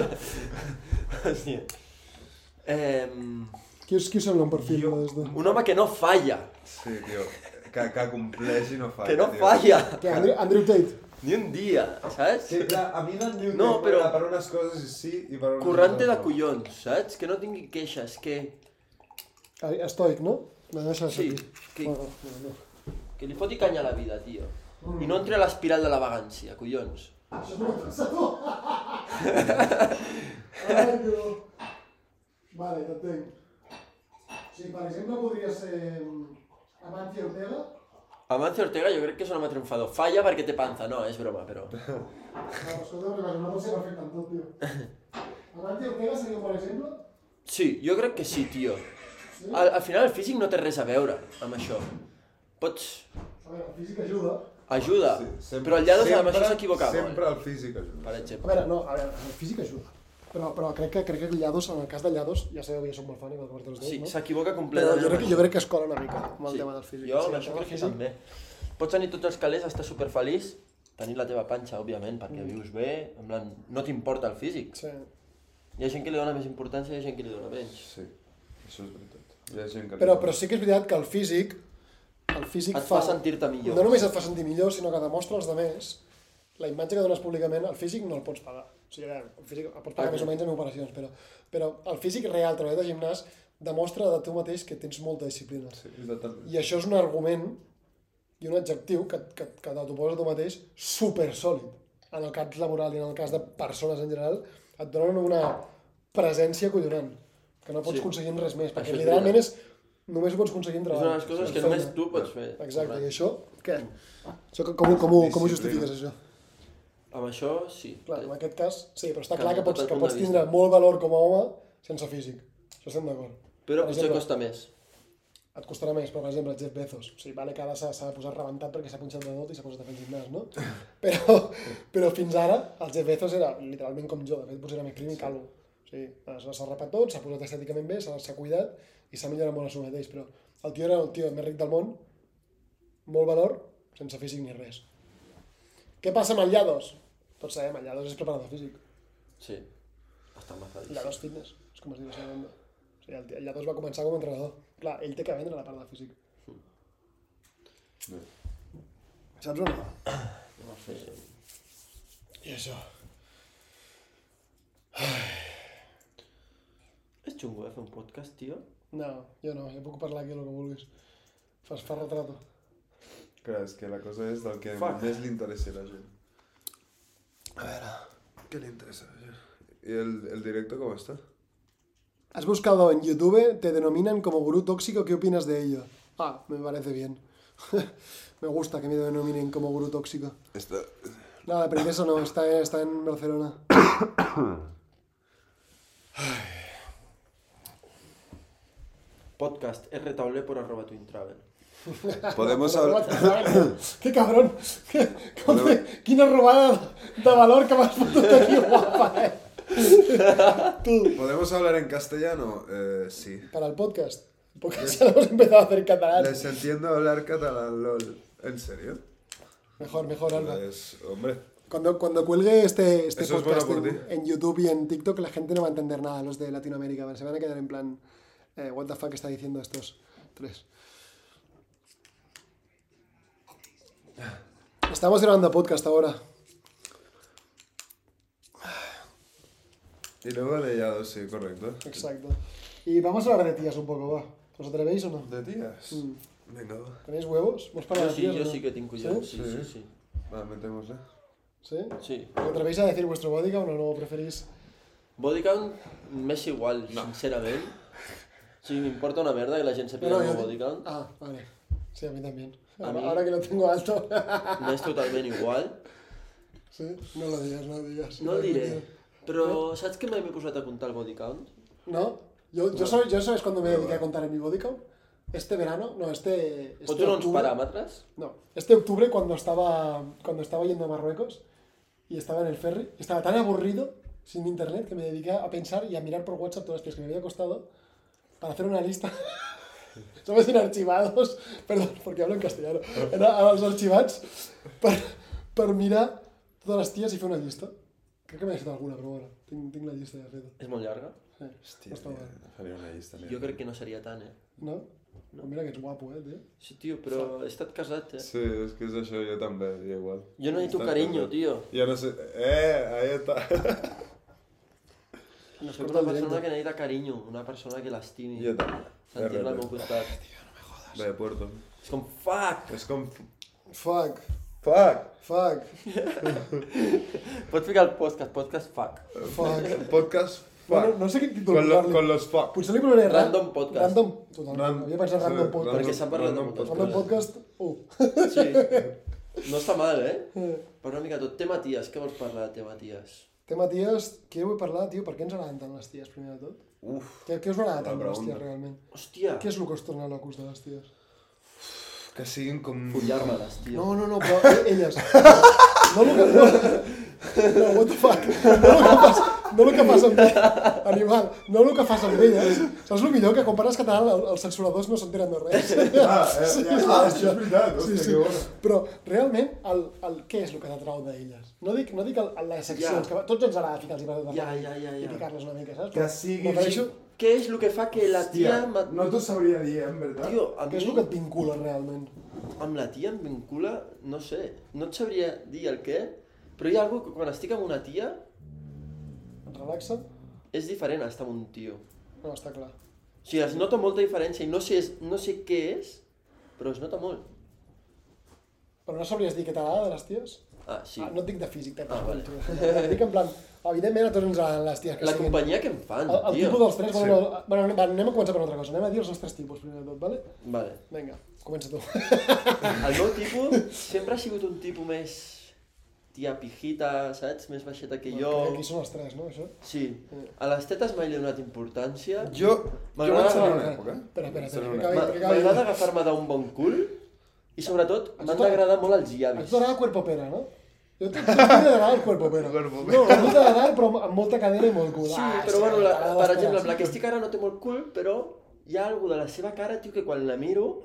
Hòstia. Em,
Qui, us- qui us sembla un perfil
Jo-
des de...
un home que no falla.
Sí, tio, que, que compleix i no falla.
Que no
tio.
falla.
Què, Andrew, Andrew Tate?
Ni un dia, saps?
Sí, clar, a mi l'Andrew
No,
no,
però-
però... per unes coses i sí i per unes
Corrente
altres
de
no.
collons, saps? Que no tingui queixes, que...
Ah, Estoic, no? La deixa
Sí,
que...
que-
Bueno, bueno, no.
Que li foti canya a la vida, tio. I no entri a l'espiral de la vagància, collons.
Ai, no. Vale, t'entenc. Sí, per exemple, podria ser Amancio Ortega.
Amancio Ortega jo crec que és un home triomfador. Falla perquè té panza, no, és broma, però...
<laughs>
No, escolta, perquè no pot ser perfecte amb tot, tio. Amancio Ortega seria un bon exemple?
Sí, jo crec que sí, tio. Al, al final el físic no té res a veure amb això. Pots...
A veure, el físic ajuda.
Ajuda,
Sí,
però el Llanos amb
sempre-
això s'equivoca molt,
Sempre el físic ajuda.
eh? per
A
exemple.
veure, no, a veure, el físic ajuda. Però, però crec que, crec que Llados, en el cas de Llados, ja sabeu que jo soc molt fan i me'l comento els dos,
Sí,
no?
s'equivoca
Però
completament.
jo crec,
amb
que- jo crec que es cola una mica amb el
Sí.
tema del físic.
Jo,
Sí,
amb
el
això
tema
crec que
físic-
també. Pots tenir tots els calés, estar superfeliç, tenir la teva panxa, òbviament, perquè
Mm.
vius bé, en plan, no t'importa el físic.
Sí.
Hi ha gent que li dona més importància i hi ha gent que li dona menys.
Sí, això és veritat. Hi ha gent que...
Però, però sí que és veritat que el físic... El físic
Et fa sentir-te millor.
No només et fa sentir millor, sinó que demostra als demés la imatge que dones públicament, el físic no el pots pagar. O sigui, a veure, el físic el pots pagar
Ah,
més o
clar.
menys en operacions, però, però el físic real, treballat de gimnàs, demostra de tu mateix que tens molta disciplina.
Sí, és de tant...
I això és un argument i un adjectiu que, que, que t'autoposes a tu mateix super sòlid. En el cas laboral i en el cas de persones en general, et donen una presència collonant, que no pots
Sí.
sí. aconseguir amb res més, perquè
Això és
literalment és, només ho pots aconseguir amb
És
treball.
una de les coses
amb
que
feina.
només tu pots fer. Mm.
Exacte, i això, què? Això, com, com, ho- com, ho- com ho
Disciplina.
justifiques, això?
Amb això, sí.
Clar, en aquest cas, sí, però està
Canvia
clar que
tot
pots,
el
que
punt
pots
de
tindre
vista.
molt valor com a home sense físic. Això estem d'acord.
Però
Per
potser
exemple,
costa més.
et costarà més, però per exemple Jeff Bezos, o sigui, vale que ara s'ha s'ha posat rebentat perquè s'ha punxat de tot i s'ha posat a fer el gimnàs, no? Però, però fins ara el Jeff Bezos era literalment com jo, de fet potser era més prim i calvo. O sigui, s'ha s'ha rapat tot, s'ha posat estèticament bé, s'ha s'ha cuidat i s'ha millorat molt a si mateix, però el tio era el tio més ric del món, molt valor, sense físic ni res. Què passa amb el Llados? Tots sabem, el Llados és preparador físic.
Sí. Està massa
Llados Fitness, és com es diu la seva banda. O sigui, el, el Llados va començar com a entrenador. Clar, ell té que vendre la part del físic.
No.
Saps o no?
fer...
I això.
És xungo, eh, fer un podcast, tio.
No, jo no, jo puc parlar aquí el que vulguis. Fas, fas retrato.
Clar, és que la cosa és del que
Fuck.
més li interessi a la gent.
ah,
A veure, què li interessa a la gent? I el, el directe com està?
Has buscado en YouTube, te denominan como gurú tóxico, ¿qué opinas de ello? Ah, <laughs> me parece bien. Me gusta que me denominen como gurú tóxico.
Esta-
Nada, pero eso no, está, está en Barcelona.
Podcast rtable por arroba twin travel.
<laughs> Podemos
Però,
hablar...
¡Qué cabrón! Que- com que- Quina robada de valor que m'has fotut aquí, guapa, eh?
¿Podemos hablar en castellano? Eh, sí.
<laughs> Para el podcast. Porque ya lo hemos empezado a hacer en catalán.
Les entiendo hablar catalán, lol. ¿En serio?
Mejor, mejor, Alba.
Pues, hombre,
Cuando, cuando cuelgue este, este
Eso es
podcast
bueno por
en, en YouTube y en TikTok, la gente no va a entender nada, los de Latinoamérica. Se van a quedar en plan, eh, what the fuck está diciendo estos tres. Estamos grabando podcast ahora.
y luego leyado, sí, correcto.
Exacto. Y vamos a hablar de tías un poco, va. ¿Os atrevéis o no?
¿De tías? Venga, va.
¿Tenéis huevos? ¿Vos para
Yo
las
sí,
tías o
yo
no?
sí que te incluyo.
¿Sí?
Sí, sí, sí.
Va, metémosla.
¿Sí?
sí.
¿Os atrevéis a decir vuestro bodycount o no? ¿Preferís?
Bodycount m'és igual, sincerament. O sigui, m'importa una merda que la gent sàpiga
No,
no,
no,
el meu
yo-
bodycount.
Ah, vale. Sí, a mí también.
A
Ahora,
mí-
ahora que lo tengo alto. <laughs>
M'és totalment igual.
sí, no lo digas, no lo digas.
No el diré. Però saps que mai m'he posat a comptar el bodycount?
¿No? Yo, yo, soy, yo sabes cuando me dediqué a contar en mi bodycount. Este verano, no, este. este
Pots donar uns paràmetres?
No, este octubre cuando estaba, cuando estaba yendo a Marruecos y estaba en el ferry, estaba tan aburrido sin internet que me dediqué a pensar y a mirar por WhatsApp todas las tías que me había costado para hacer una lista. <laughs> Somos sin archivados, <laughs> perdón, porque hablo en castellano. Era a los archivats per, per mirar totes les ties i fer una llista. Crec que m'he deixat alguna, però bueno, tinc, tinc la llista ja feta.
És molt llarga.
Eh,
Hostia,
no està mal.
haría una lista.
Jo crec que no seria tant, eh?
No? no? Mira que ets guapo, eh, tio.
Sí, tio, però he estat casat, eh?
Sí, es que es eso yo también, yo igual.
Jo no necessito carinyo, tio.
Yo no sé... ¡Eh! Ahí está. <laughs>
No soc
Escolta
una
el
persona
directe.
que necessita carinyo, una persona que l'estimi.
yo también.
Sentir-la al meu costat.
De Puerto.
És com, fuck!
Es con...
Fuck,
¡Fuck! <laughs>
fuck,
Pots ficar el podcast, podcast fuck.
fuck.
Podcast
No, no,
fuck.
no sé quin títol
Con, lo-
posar-li.
con los fuck.
Potser li posaré ra-
Random podcast.
Random, totalment.
Ran-
Havia pensat random
sí,
podcast.
Perquè s'ha parlat de moltes
podcast.
Random podcast uh. 1.
Sí. No està mal, eh? Però una mica tot. Tema ties, què vols parlar de tema ties?
Tema ties, què vull parlar, tio? Per què ens agraden tant les ties, primer de tot?
Uf,
Què, què us agrada tant
Bona
les ties,
pregunta.
realment?
Hòstia!
Què és el que us torna locos de les ties?
que siguen con...
Follar-me-les, tio.
No, no, no, però eh, elles... No el que... No, no, what the fuck? No el que passa, no el que passa amb elles. Animal, no el que fas amb elles. Saps el millor? Que quan parles català el- els censuradors no s'entenen de res.
Ah, eh, ja, ah, això és veritat, hòstia,
sí, sí.
que bona.
Però realment, el, el, què és el que t'atrau d'elles? No dic, no dic el, el, les seccions,
Ja.
que tots ens agrada ficar-los i parlar de
Ja, ja, ja,
i
ja.
picar-les una mica, saps?
Que sigui-
M'apareixo
Què és el que fa que la tia...
Hòstia,
ma-
no t'ho sabria dir, en veritat.
Tio, a
que
mi
és el que et vincula realment.
amb la tia em vincula, no sé, no et sabria dir el què, però hi ha alguna que quan estic amb una tia
Et relaxa?
és diferent a estar amb un tio.
No, està clar.
O sigui, es nota molta diferència i no sé, no sé què és, però es nota molt.
Però no sabries dir què t'agrada de les ties?
Ah, sí.
Ah, no et dic de físic, de
Ah, vale.
Et dic en plan, evidentment a tots ens agraden les ties. Que
La
siguin-
companyia que em fan,
El, el
tio.
tipus dels tres, bueno, no, bueno, anem- va, anem a començar per una altra cosa. Anem a dir els nostres tipus, primer de tot, vale?
Vale.
Vinga, comença tu.
El meu tipus sempre ha sigut un tipus més tia pijita, saps? Més baixeta que jo.
Aquí són els tres, no, això?
Sí. A les tetes mai li he donat importància.
Jo, jo
M'agrada
vaig ser en
la-
una època.
Espera, espera, espera,
Barcelona.
que acabi,
M'a-
que
M'agrada
acabi.
agafar-me d'un bon cul i sobretot
Això
m'han
t'ha-
d'agradar molt els
A tu
llavis.
t'agrada cuerpo pera, no? Jo t'he d'agradar el cuerpo pera.
Cuerpo
No, a mi t'agrada, però amb- amb molta cadena i molt cul.
Sí,
Ah,
però bueno, la,
t'agrada
per
les
exemple,
peres.
amb la que estic ara no té molt cul, però hi ha alguna de la seva cara, tio, que quan la miro,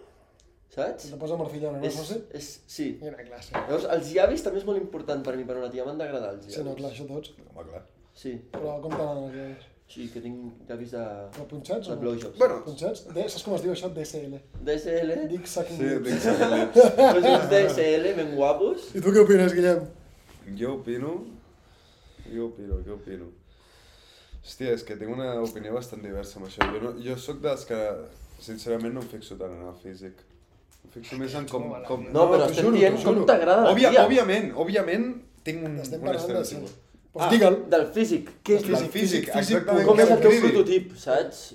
saps?
Te posa morcillona, no?
És,
Això sí?
és, sí.
Mira, clar, sí.
Llavors, els llavis també és molt important per mi, per una tia, m'han d'agradar els
Sí, no,
llavis.
clar, això tots.
Home, clar.
Sí,
Però com t'agraden les llaves?
sí, que tinc llavis de...
Però punxats o
de
no?
blowjobs.
Bueno,
Punxats? De, saps com es diu això? DSL.
DSL, <laughs>
Dick Sucking
sí,
Lips.
dic
<laughs>
que-
doncs uns DSL ben guapos.
I tu què opines, Guillem?
Mm, Jo opino... Jo opino, jo opino. Hòstia, és que tinc una opinió bastant diversa amb això. Jo, no, jo sóc dels que, sincerament, no em fixo tant en el físic. Em fixo més en com... com
No, però
t'ho
estem
juro,
dient
t'ho
com
juro.
t'agrada la tia.
Òbviament, òbviament, tinc un,
Estem
un
parlant de...
estereotip.
Doncs digue'l.
Ah,
Ah,
Del físic. Què és
Del
El
físic?
físic,
físic,
físic,
exactament.
Com és el teu
Cridi.
prototip, saps?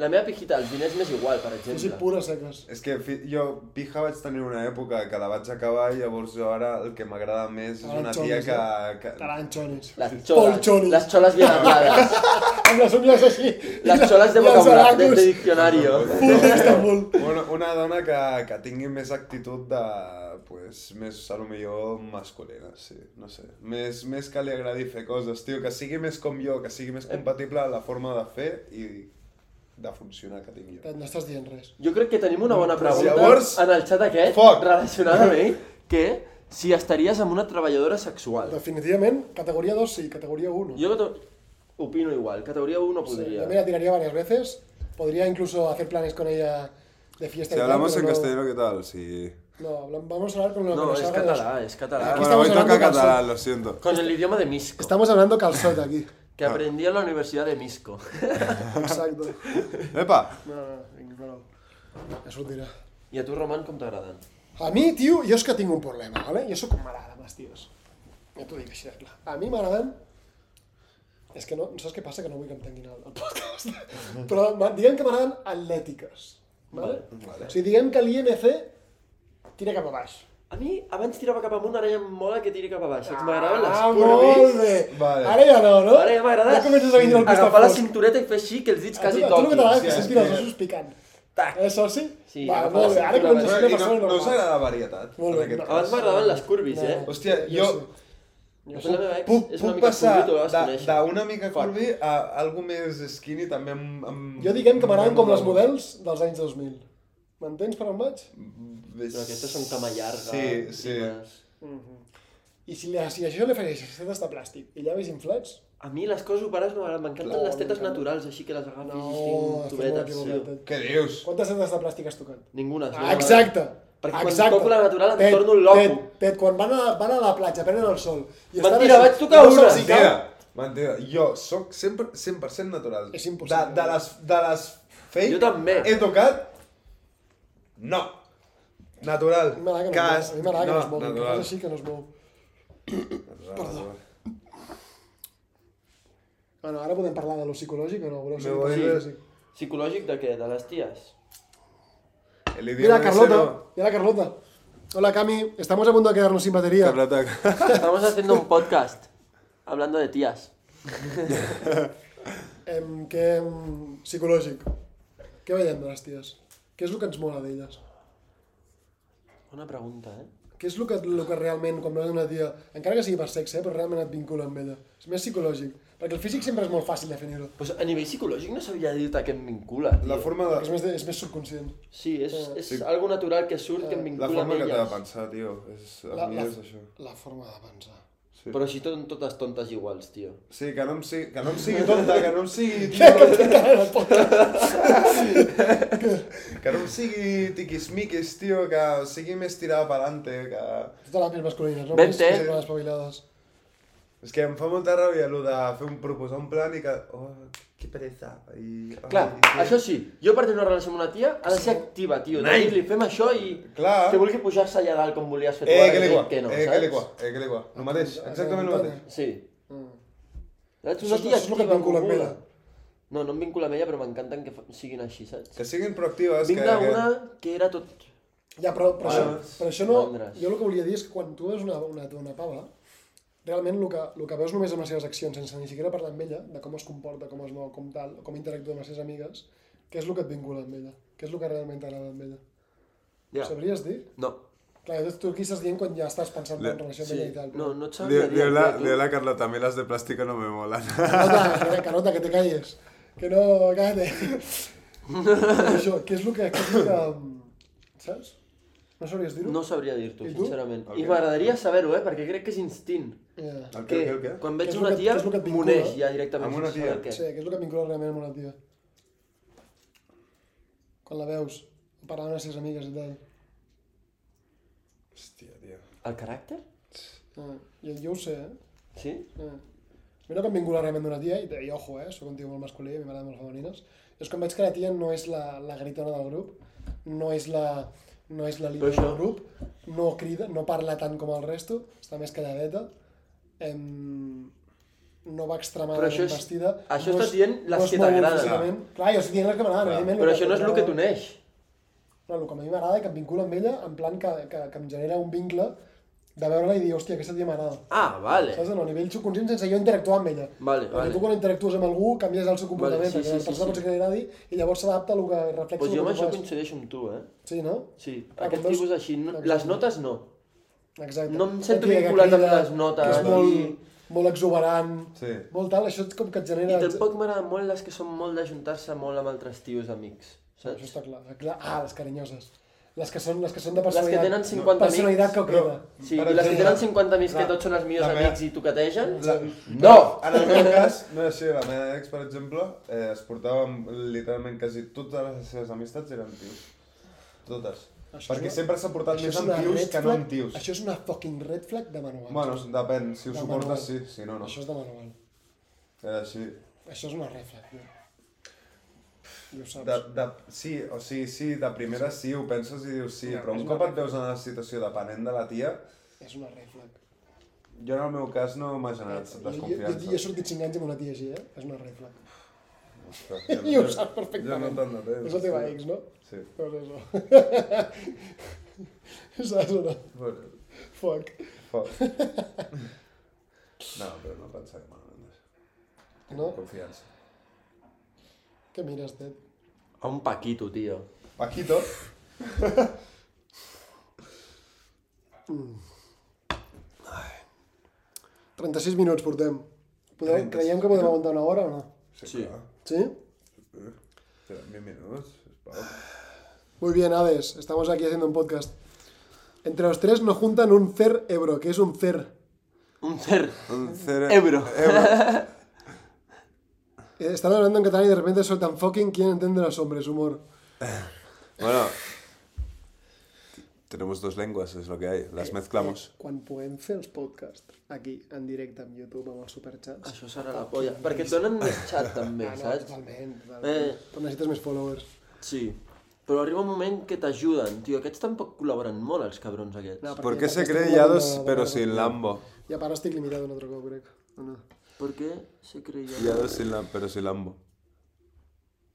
La meva pijita, els diners m'és igual, per exemple.
Sí, pura seques.
És que fi- jo pija vaig tenir una època que la vaig acabar i llavors jo ara el que m'agrada més és
Ara
una
en
tia
xones,
que... que...
Taranchones. <laughs>
Les xoles,
Polchones.
les xoles bien habladas,
<laughs> Amb les uñas així.
les xoles
I
de
els
vocabulario, de, de
aracos.
diccionario.
Full d'Istanbul.
Una, una dona que, que tingui més actitud de... Pues, més, a lo millor, masculina, sí, no sé. Més, més que li agradi fer coses, tio, que sigui més com jo, que sigui
Eh.
més compatible la forma de fer i de funcionar que tinc jo.
No estàs dient res.
Jo crec que tenim una bona pregunta
Llavors,
en el xat aquest,
foc.
relacionada amb ell, que si estaries amb una treballadora sexual.
Definitivament, categoría 2 sí, categoría 1.
Jo que to- opino igual, categoria 1 no
Sí,
podria.
yo me la tiraría varias veces. Podría incluso hacer planes con ella de fiesta.
Si
y tal,
hablamos
pero
en
no-
castellano, ¿qué tal? Sí.
No, hablam- vamos a hablar con lo que
No,
nos
és
salga de
català,
los-
és català.
Aquí
Bueno,
estamos
hoy toca
hablando calzón.
catalán, lo siento.
Con el idioma de Misco,
Estamos hablando calzot aquí. <laughs>
que aprendí en la Universitat de Misco. <laughs>
<laughs>
Exacto.
¡Epa!
No, no, no, ignóralo. Ja sortirà.
I a tu, Roman, com t'agraden?
A mi, tio, jo és que tinc un problema, vale? Jo sóc un m'agrada amb els tios. Ja t'ho dic així de clar. A mi m'agraden... És que no, saps què passa? Que no vull que em tanguin el, el podcast. Però ma- diguem que m'agraden atlètiques. Vale? vale. O sigui, diguem que l'IMC tira cap a baix.
A mi, abans tirava cap amunt, ara ja em mola que tiri cap a baix. Ah, M'agraden les
Ah, molt
curvis.
bé!
Vale.
Ara ja no, no?
Ara ja m'agrada
Ja comences a vindre al costat
agafar la
fosc.
cintureta i fer així que els dits
A tu,
quasi
a tu el que t'agrada és
toquin.
que sentin els ossos picant.
Tac.
Eh, soci?
Sí,
Va,
agafar la
molt bé, ara
cintura
comences a
Però,
ser
i no,
una persona
no us
normal.
agrada varietat?
Molt
en
bé.
aquest
no.
cas?
eh? Abans m'agradaven les curvis, eh?
No.
Hòstia,
Jo
jo-
sí.
De fet, la meva ex
Puc,
és una
puc
mica
passar
curvi, tu la vas
de-
conèixer.
d'una mica curvi a algo més skinny també amb... amb
Jo diguem que m'agraden com les models dels anys 2000. M'entens per on vaig?
Però aquestes són cama llarga.
Sí, sí.
primes.
I si, li- si això li afegeixes tetes de plàstic i llavis inflats...
A mi les coses operades m'agraden, m'encanten
No,
les tetes
m'encanta.
naturals, així que les agafis
No,
i tinc
estem molt
tubetes. Sí.
equivocats.
Què dius?
Quantes tetes de plàstic has tocat?
Ninguna.
Ah,
no. eh?
exacte!
Perquè quan
exacte.
toco la natural em
Tet,
torno un loco.
Tet, tet, quan van a, van a la platja, prenen el sol... I estan
Mentira,
així,
vaig tocar
no se'ls
una.
hi cau.
Mentida, mentida. Jo sóc 100%, 100 natural.
És impossible.
De, de, les, de les fake
Jo també.
he tocat... No. Natural.
A mi m'agrada que, no es
Cas.
mou, a mi m'agrada que no es mou, que
natural.
fas així que no es mou.
Perdó.
Bueno, ara podem parlar de lo psicològic o no? Voleu seguir
Me voy de-
parlant de psicològic?
Psicològic de què? De les ties?
El
Mira,
idioma
Carlota. Mira, Carlota. Hola, Cami. Estamos a punto de quedarnos sin batería.
Carlota.
<laughs>
Estamos haciendo un podcast hablando de tías.
Em, que, em, psicològic. Què veiem de les ties? Què és el que ens mola d'elles?
Bona pregunta, eh?
Què és el que, el que realment, quan veus una tia, encara que sigui per sexe, eh, però realment et vincula amb ella? És més psicològic. Perquè el físic sempre és molt fàcil definir-ho.
Pues a nivell psicològic no sabia dir-te que em vincula, tio.
La forma
perquè
de...
És més, de, és més subconscient.
Sí, Eh, és, és algo natural que surt que em
La
vincula amb
forma que t'ha de
elles.
pensar, tio. És, a mi és això.
la forma de <laughs> pensar.
Però així són totes tontes iguals, tio.
Sí, que no em sigui, que no em sigui tonta, que no em
<laughs>
sigui...
Tota
Que no em sigui tiquismiquis, tio, que sigui més tirada per ante, que...
Totes les més masculines, no?
Vente.
Més, més espavilades.
És que em fa molta ràbia allò de fer un, proposar un plan i que... Oh, que pereza. I, ai,
Clar,
i què-
això sí, jo per tenir una relació amb una tia ha de ser activa, tio. De dir-li, fem això i
Clar.
que vulgui pujar-se allà dalt com volies fer tu
Eh,
ara,
que
i
l'igual,
que no,
eh, que
saps?
l'igual, eh, que l'igual. El mateix, exactament el mateix.
Sí.
Mm.
Saps?
Això
Una
és-
tia
això és el que et
activa,
vincula amb
moguda.
ella.
No, no em vincula amb ella, però m'encanten que fa- siguin així, saps?
Que siguin proactives,
Vinc
que...
d'una que era tot...
Ja, però, però, això,
Vale.
però això no...
Mandres.
Jo el que volia dir és que quan tu veus una, una, una pava, realment el que, el que veus només amb les seves accions, sense ni siquiera parlar amb ella, de com es comporta, com es mou, com tal, com interactua amb les seves amigues, què és el que et vincula amb ella? Què és el que realment t'agrada amb ella?
Ja.
Sabries dir?
No.
Clar, llavors tu aquí estàs dient quan ja estàs pensant en relació amb
Sí.
ella i tal.
No,
Però...
no et sabria dir. el que tu-
Carlota, a mí las de plástico no me molan.
Carota, carota, que te calles. Que no,
<laughs>
cállate. Però això, què és el que... Què és el que saps? No sabries dir-ho?
No sabria dir-t'ho,
I tu?
sincerament.
Ok.
I m'agradaria saber-ho, eh, perquè crec que és instint.
Yeah.
El
Que
què, el què, el què?
quan
Què
veig
és el
una
que-
tia,
què és el que et vincula?
m'uneix ja directament.
Amb una
sense saber
tia?
què.
Sí, que és el que et vincula realment amb una tia. Quan la veus, parlant amb les seves amigues i tal.
Hòstia, tio.
El caràcter?
Ah, jo, jo ho sé, eh?
Sí?
Ah. A mi el que em vincula realment d'una tia, i, i ojo, eh? Soc un tio molt masculí, a mi m'agraden molt femenines, és quan veig que la tia no és la, la gritona del grup, no és la no és la líder
Però això-
del grup, no crida, no parla tant com el resto, està més calladeta, em... no va extremar
Però
la
això és-
vestida.
això
no
estàs
és-
dient les
no és
que
molt
t'agraden.
físicament. Clar, jo estic dient les que m'agraden, evidentment.
Però això no és el que
m'agrada-
t'uneix.
Clar, el que a mi m'agrada i que em vincula amb ella, en plan que, que, que em genera un vincle de veure-la i dir, hòstia, aquesta tia m'agrada.
Ah, vale.
Saps? No, a nivell subconscient sense jo interactuar amb ella.
Vale,
Perquè
vale.
tu quan interactues amb algú canvies el seu comportament,
sí,
perquè
sí,
la
sí,
persona
sí.
potser que li agradi i llavors s'adapta al que reflexa
Pues
el
jo amb
que tu
això
fas.
coincideixo amb tu, eh?
Sí, no?
Sí,
Ah, com
aquest
veus-
tipus així. No,
Exacte.
les notes no.
Exacte.
No em sento
Aquella que
vinculat amb
crida,
les notes,
que És
i-
molt, molt exuberant,
Sí.
molt tal, això és com que et
I
genera...
tampoc m'agraden molt les que són molt d'ajuntar-se molt amb altres tios amics.
Això
Saps?
està clar. clar. Ah, les carinyoses. Les que són, les que són de
Les que
personalitat.
tenen 50
personalitat que crida.
Sí,
Per
i les que
exemple,
tenen 50 amics que
la-
tots són els millors
la meva-
amics i toquetegen.
La,
No!
en el meu cas, no és així, la meva ex, per exemple, eh, es portava amb, literalment quasi totes les seves amistats eren tios. Totes.
Això
Perquè
és una-
sempre s'ha portat
Això
més
és
amb
una
tios
red
que no
flag-
amb tios.
Això és una fucking red flag de manual.
Bueno, depèn, si ho
De manual.
suportes sí, si no, no.
Això és de manual.
Era així.
Això és una red flag, tio. I ho saps.
De, de, sí, o sigui, sí, de primera sí, ho penses i dius sí,
No,
però
és
un
una
cop et
red
veus en la situació depenent de la tia,
És una red flag.
jo en el meu cas no m'ha generat
Jo, jo, jo, jo he
desconfiança.
sortit 5 anys amb una tia així, eh? És una red flag.
Ostres,
<laughs> I ho saps
Jo
perfectament.
no tant de temps.
És la teva ex, no?
Sí.
Doncs això. <laughs> Saps o no?
Bueno,
Fuck.
Fuck. no, però no pensava malament d'això. Tinc
No?
confiança.
Què mires, Ted?
A un paquito, tio.
Paquito.
Mm. 36 minuts portem. Podeu,
36
creiem que podem aguantar una hora o no?
Sí.
clar.
Sí?
Espera, 10 minuts, sisplau.
Muy bien, Hades, estamos aquí haciendo un podcast. Entre los tres nos juntan un fer ebro, que es un fer.
Un <laughs> cer.
Un cere...
Euro.
Eh, Están hablando en catalán y de repente sueltan fucking quién entiende los hombres, humor.
Bueno. Tenemos dos lenguas, es lo que hay. Las mezclamos.
Eh, Quan puguem fer els podcasts aquí, en directe, amb YouTube, amb els superchats.
Això serà la polla. Perquè et donen més xat, també,
Ah, no,
saps?
totalment. totalment.
Eh,
Però necessites més followers.
sí. Però arriba un moment que t'ajuden, tio. Aquests tampoc col·laboren molt, els cabrons aquests.
No,
¿Por qué se
estic
cree
guanyant
ya
de-
dos,
de
pero
barra.
sin Lambo?
I a part estic limitat un altre cop, crec. O no?
¿Por qué se creía?
Ya dos sin Lambo, pero sin Lambo.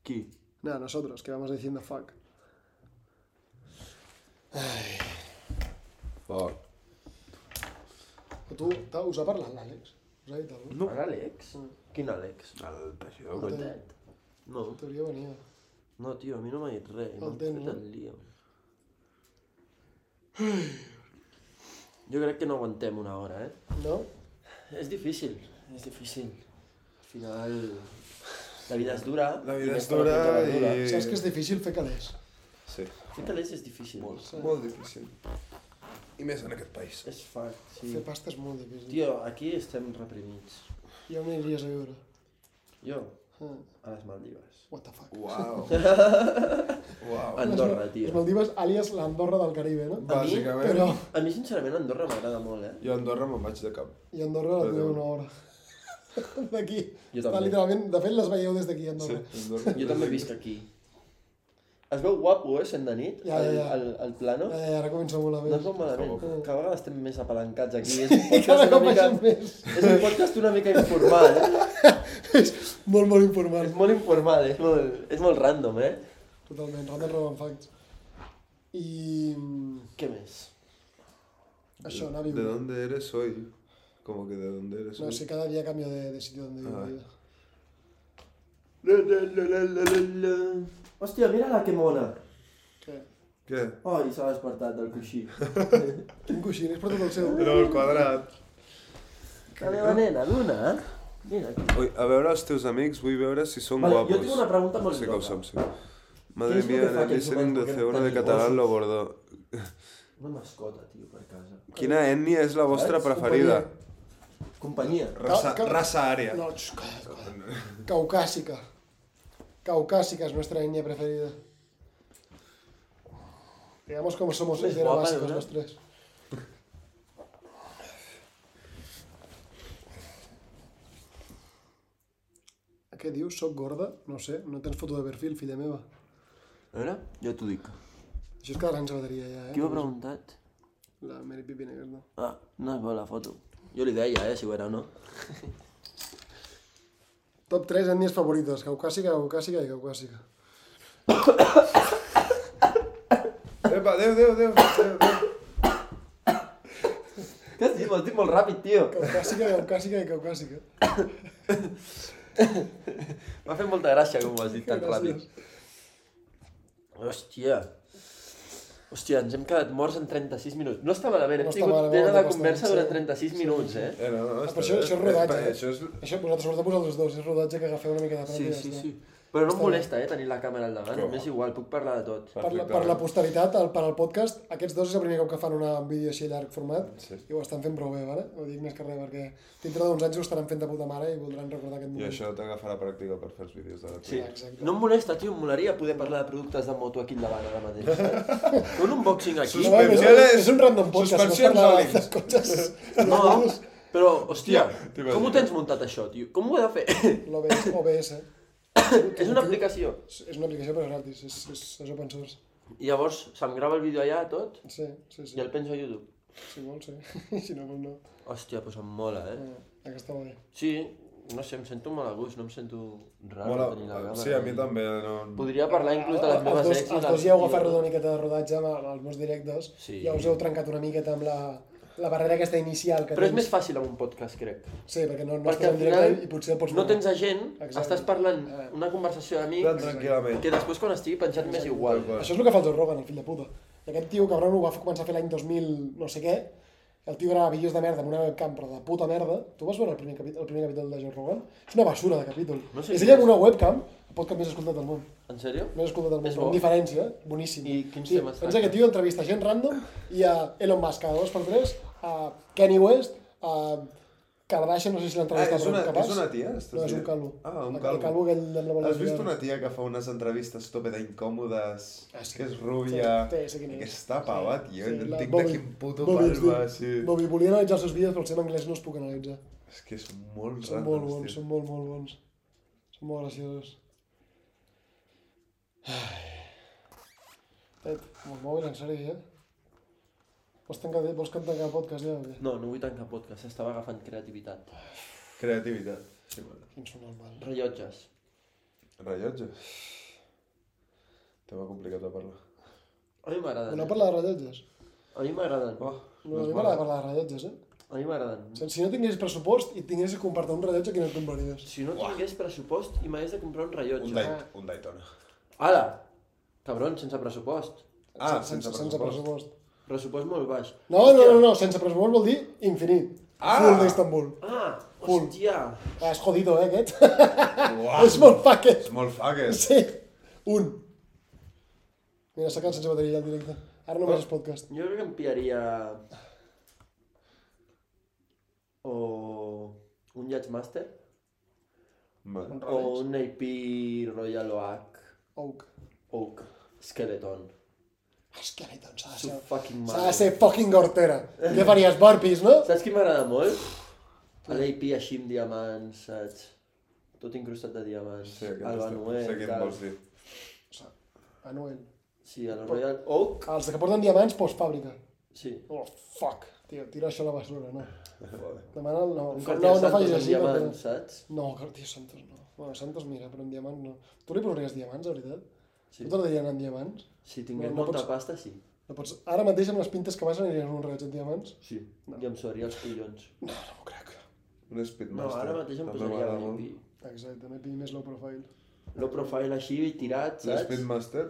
¿Qué?
No, nosotros, que vamos diciendo fuck.
Fuck.
O tu, t'ha- us ha parlat l'Àlex? Us ha dit alguna cosa?
No. Alex? ¿Quién Alex?
El teixidor,
No
coi.
té-
No,
T'hauria de venir.
no, tío, a mí no me ha ido re.
El
No,
tens,
fet
no?
el lío. Jo crec que no aguantem una hora, eh?
No?
És difícil, és difícil. Al final... La vida és dura.
La
i
vida
més
és
per la
dura
cultura dura.
i-
Eh. Saps que és difícil fer calés?
Sí.
Fer calés és difícil.
Molt, molt difícil. I més en aquest país.
És fart, sí.
Fer pasta és molt difícil.
Tio, aquí estem reprimits.
I on aniries a viure?
Jo,
Ah,
a les Maldives.
what the fuck.
<laughs> Wow. wow.
Andorra,
Les
tio.
Maldives, àlies l'Andorra del Caribe, no?
Bàsicament,
Però,
A mi, sincerament, Andorra m'agrada molt, eh?
jo a Andorra me'n vaig de cap.
i Andorra la
Però-
teniu una hora. <laughs> D'aquí.
Jo
Està
també.
literalment, de fet les veieu des d'aquí, Andorra.
Andorra.
Jo també visc aquí. Es veu guapo, eh, sent de nit,
Ja, ja, ja.
El, el, el plano.
Eh, ara comença molt a
No
més.
es veu malament.
Està
Cada vegada estem més apalancats aquí. És un
I <laughs> cada
podcast
cop
una mica,
baixem més. <laughs>
és un podcast una mica informal, eh?
És molt, molt informal.
És molt informal, és molt, és molt random, eh?
Totalment, Randall Roban Facts. I... mm,
Què més?
Això, anar a
¿De
viure.
dónde eres hoy? Como que de dónde eres
No
hoy.
sé, cada día cambio de, de sitio donde vivo.
Ah.
vida.
La, la, la, la, la, la, la. Hòstia, mira la que mona.
Què?
Què?
Oh, i s'ha despertat del coixí.
Quin coixí, n'has portat el seu?
No, el quadrat.
La meva nena, Luna. Mira aquí.
Ui, a veure els teus amics, vull veure si són
Vale, jo
guapos.
tinc una pregunta molt
no sé com
loca.
som, sí. Madre
és lo
mía,
que fa
en el
que els
listening
humans
de
vulguem
C1 de
tenir
català
gossos?
lo bordó.
Una mascota, tio, per casa.
Quina ètnia és la vostra preferida?
Companyia.
Raça- Cal- cal- raça
ària.
No, xux, calla, calla. Caucásica. Caucásica es nuestra etnia preferida. Digamos como somos
Es
etnios
guapa, eh?
básicos
¿verdad?
los tres. Què dius? Soc gorda? No ho sé, no tens foto de perfil, filla meva.
A veure, jo t'ho dic.
Això és quedarà en sabateria ja, eh?
Qui m'ha preguntat?
La Mary Pippin aquesta.
Ah, no es veu la foto. Jo li deia, eh, si ho era o no.
Top 3 etnies favorites, caucàsica, caucàsica i caucàsica.
Epa, adéu, adéu, adéu, adéu, adéu.
Què has dit? M'ho has dit molt ràpid, tio.
Caucàsica, caucàsica i caucàsica.
M'ha fet molta gràcia com ho has dit tan ràpid.
Gràcies.
Hòstia. Hòstia, ens hem quedat morts en 36 minuts. No està malament,
No
hem
està
tingut
malament,
tema de
no està
conversa
malament,
durant
sí.
36 minuts, eh?
Eh, no, no, està
però això-
bé.
això és rodatge,
Eh,
eh?
Això és...
Això vosaltres, sobretot vosaltres dos, és rodatge que agafeu una mica de pràctica.
Sí,
i ja
sí,
està.
sí. Però no em
Està
molesta, eh, tenir la càmera al davant.
Però-
M'és igual, puc parlar de tot.
Per, la, per la posteritat, el, per al podcast, aquests dos és el primer cop que fan una, un vídeo així llarg format
Sí.
i ho estan fent prou bé, vale? Ho dic més que res perquè dintre d'uns anys ho estaran fent de puta mare i voldran recordar aquest
I
moment.
això t'agafarà pràctica per fer els vídeos de la
Sí.
exacte.
No em molesta, tio, em molaria poder parlar de productes de moto aquí al davant ara mateix. saps?
<laughs>
Fer un unboxing aquí.
No, bueno, és,
Suspensiones-
és un random podcast, no es
suspensions
parla
Olins.
de cotxes.
<laughs> No, però, hòstia,
t'imagines.
com ho tens muntat això, tio? Com ho he de
<laughs>
fer?
L'OBS, OBS.
És una aplicació.
És una aplicació però és gratis, és, és, és open source.
I llavors se'm grava el vídeo allà, tot,
Sí, sí, sí.
i el penso a YouTube.
Si vols, sí. <laughs> si no, doncs no.
Hòstia, doncs em mola, eh?
no. Aquesta va bé.
Sí, no sé, em sento molt a gust, no em sento raro
Mola,
tenir la càmera.
sí, a mi també, no...
Podria parlar inclús de les
els
meves
dos,
ex. i
els
del
dos ja heu
doncs, tio.
agafat una miqueta de rodatge amb, amb els meus directes.
Sí.
Ja us heu trencat una miqueta amb la, la barrera aquesta inicial que
Però és
tens.
més fàcil amb un podcast, crec.
Sí, perquè no, no
Perquè
estàs
al
en
final
directe i potser el pots
no
veure.
tens agent,
Exacte.
estàs parlant
Eh.
una conversació
Tan
d'amics
tranquil·lament.
que després quan estigui penjat m'és igual.
Això és el que fa el Joe Rogan, el fill de puta. I aquest tio, cabron, ho va fer- començar a fer l'any 2000 no sé què, el tio grava vídeos de merda amb una webcam, però de puta merda. Tu vas veure el primer, capítol, el primer capítol de Joe Rogan? És una basura de capítol.
No sé
és
què
ell
és.
amb una webcam, el podcast més escoltat del món.
En sèrio?
Més escoltat del món,
És
però
bo.
amb diferència, boníssim.
I quins
tio,
temes
Pensa
tracta?
que tio entrevista gent random i a Elon Musk cada dos per tres, a Kanye West, a Kardashian, no sé si
Ah,
l'entrevista
és una,
capaç.
és una tia? estàs
No, és un
dient?
calvo.
Ah, un
El-
calvo.
El calvo aquell amb la bola
Has vist
llarga.
una tia que fa unes entrevistes tope d'incòmodes,
Ah, sí.
que és rubia,
Sí, sí, sí, quin és.
aquesta pava,
Sí,
tio,
sí,
no
la
entenc
Bobby-
de quin puto
Bobby es
pal va,
diu-
sí.
Bobby, volia analitzar els seus vídeos, però el seu anglès no els puc analitzar.
És que és molt
Són
random,
molt bons,
tio.
són molt, molt bons. Són molt graciosos. Ai. Tet, amb el mòbil, en sèrio, ja? Vols, tancar, vols que tancar el podcast ja o què?
No, no vull tancar podcast, estava agafant creativitat.
Creativitat. Sí, bueno.
Quin són el mal.
Rellotges.
Rellotge. Tema complicat de parlar.
A mi m'agraden. eh?
Voleu parlar de rellotges?
A mi m'agraden.
Oh,
No, a mi m'agrada parlar de rellotges, eh?
A mi m'agraden.
Si- Si no tinguessis pressupost i tinguessis que comprar un rellotge, quin et compraries?
Si no tingués pressupost i m'hagués de comprar un
un,
rellotge.
Dayt- un Daytona.
Ala! Cabron, sense pressupost.
Ah,
Sen-
sense
Sense
pressupost.
pressupost.
Pressupost molt baix.
No, no, no, no, sense pressupost vol dir infinit. Ah! Full d'Istanbul.
Ah,
Full.
hòstia!
Ah, és jodido, eh, aquest?
Uah,
<laughs> és molt fucker.
És molt fucker.
<laughs> Sí, un. Mira, s'ha quedat sense bateria ja en directe. Ara
Ah.
només és podcast.
Jo crec que em pillaria... O... Un Yacht Master.
Vale.
O un AP Royal Oak.
Oak.
Oak. Skeleton.
Esqueleton, s'ha de
Su
ser...
fucking
S'ha
mare.
de ser fucking hortera.
<laughs>
Què faries, burpees, no?
Saps qui m'agrada molt? L'AP així amb diamants, saps? Tot incrustat de diamants.
Sí, aquest
el
està-
Manuel,
sé què em
tal.
vols dir.
Anuel.
Sí, el Royal Oak.
Els que porten diamants, postfàbrica.
Sí.
Oh, fuck. Tio, tira això a la basura, no. Demana el... No,
Un
no,
cartell
no,
Santos
facis
amb
així. perquè-
diamants, saps?
No, Cartier Santos no. Bueno, Santos mira, però en diamants no. Tu li posaries diamants, de veritat?
Sí.
Sí. Tu t'agradaria anar en diamants?
Si tingués
No, no
molta
pots-
pasta, sí.
No pots... Ara mateix amb les pintes que vas aniries amb un rellotge en diamants?
Sí. I em soaria els collons.
No, no m'ho crec.
Un
No,
Speedmaster.
ara mateix em
També
posaria
m'agrada
un
molt.
AP.
Exacte, m'he pillat més low profile.
Low profile així, tirat,
Un
saps?
Speedmaster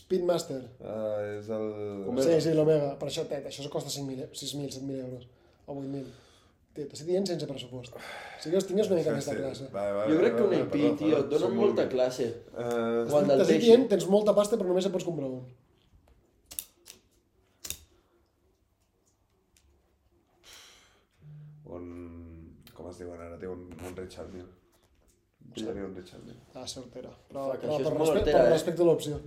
Speedmaster.
ah, és el...
Com-
Sí, sí, l'Omega. Per això, tet, això costa 5.000, 6.000, 7.000 euros. O 8.000. Tet, estic dient sense pressupost. Si que els tingués una mica més de classe.
Jo crec que un AP, tio, et donen molta classe.
Uh,
O el del
T'estic
Teixi.
dient, tens molta pasta, però només et pots comprar un.
un... Com es diuen ara? Té un, un Richard Mille. Seria un Richard Mille.
Ah, és hortera. Però,
Fuck,
però
això és
per,
molt
respecte,
hortera,
per
eh?
respecte a l'opció.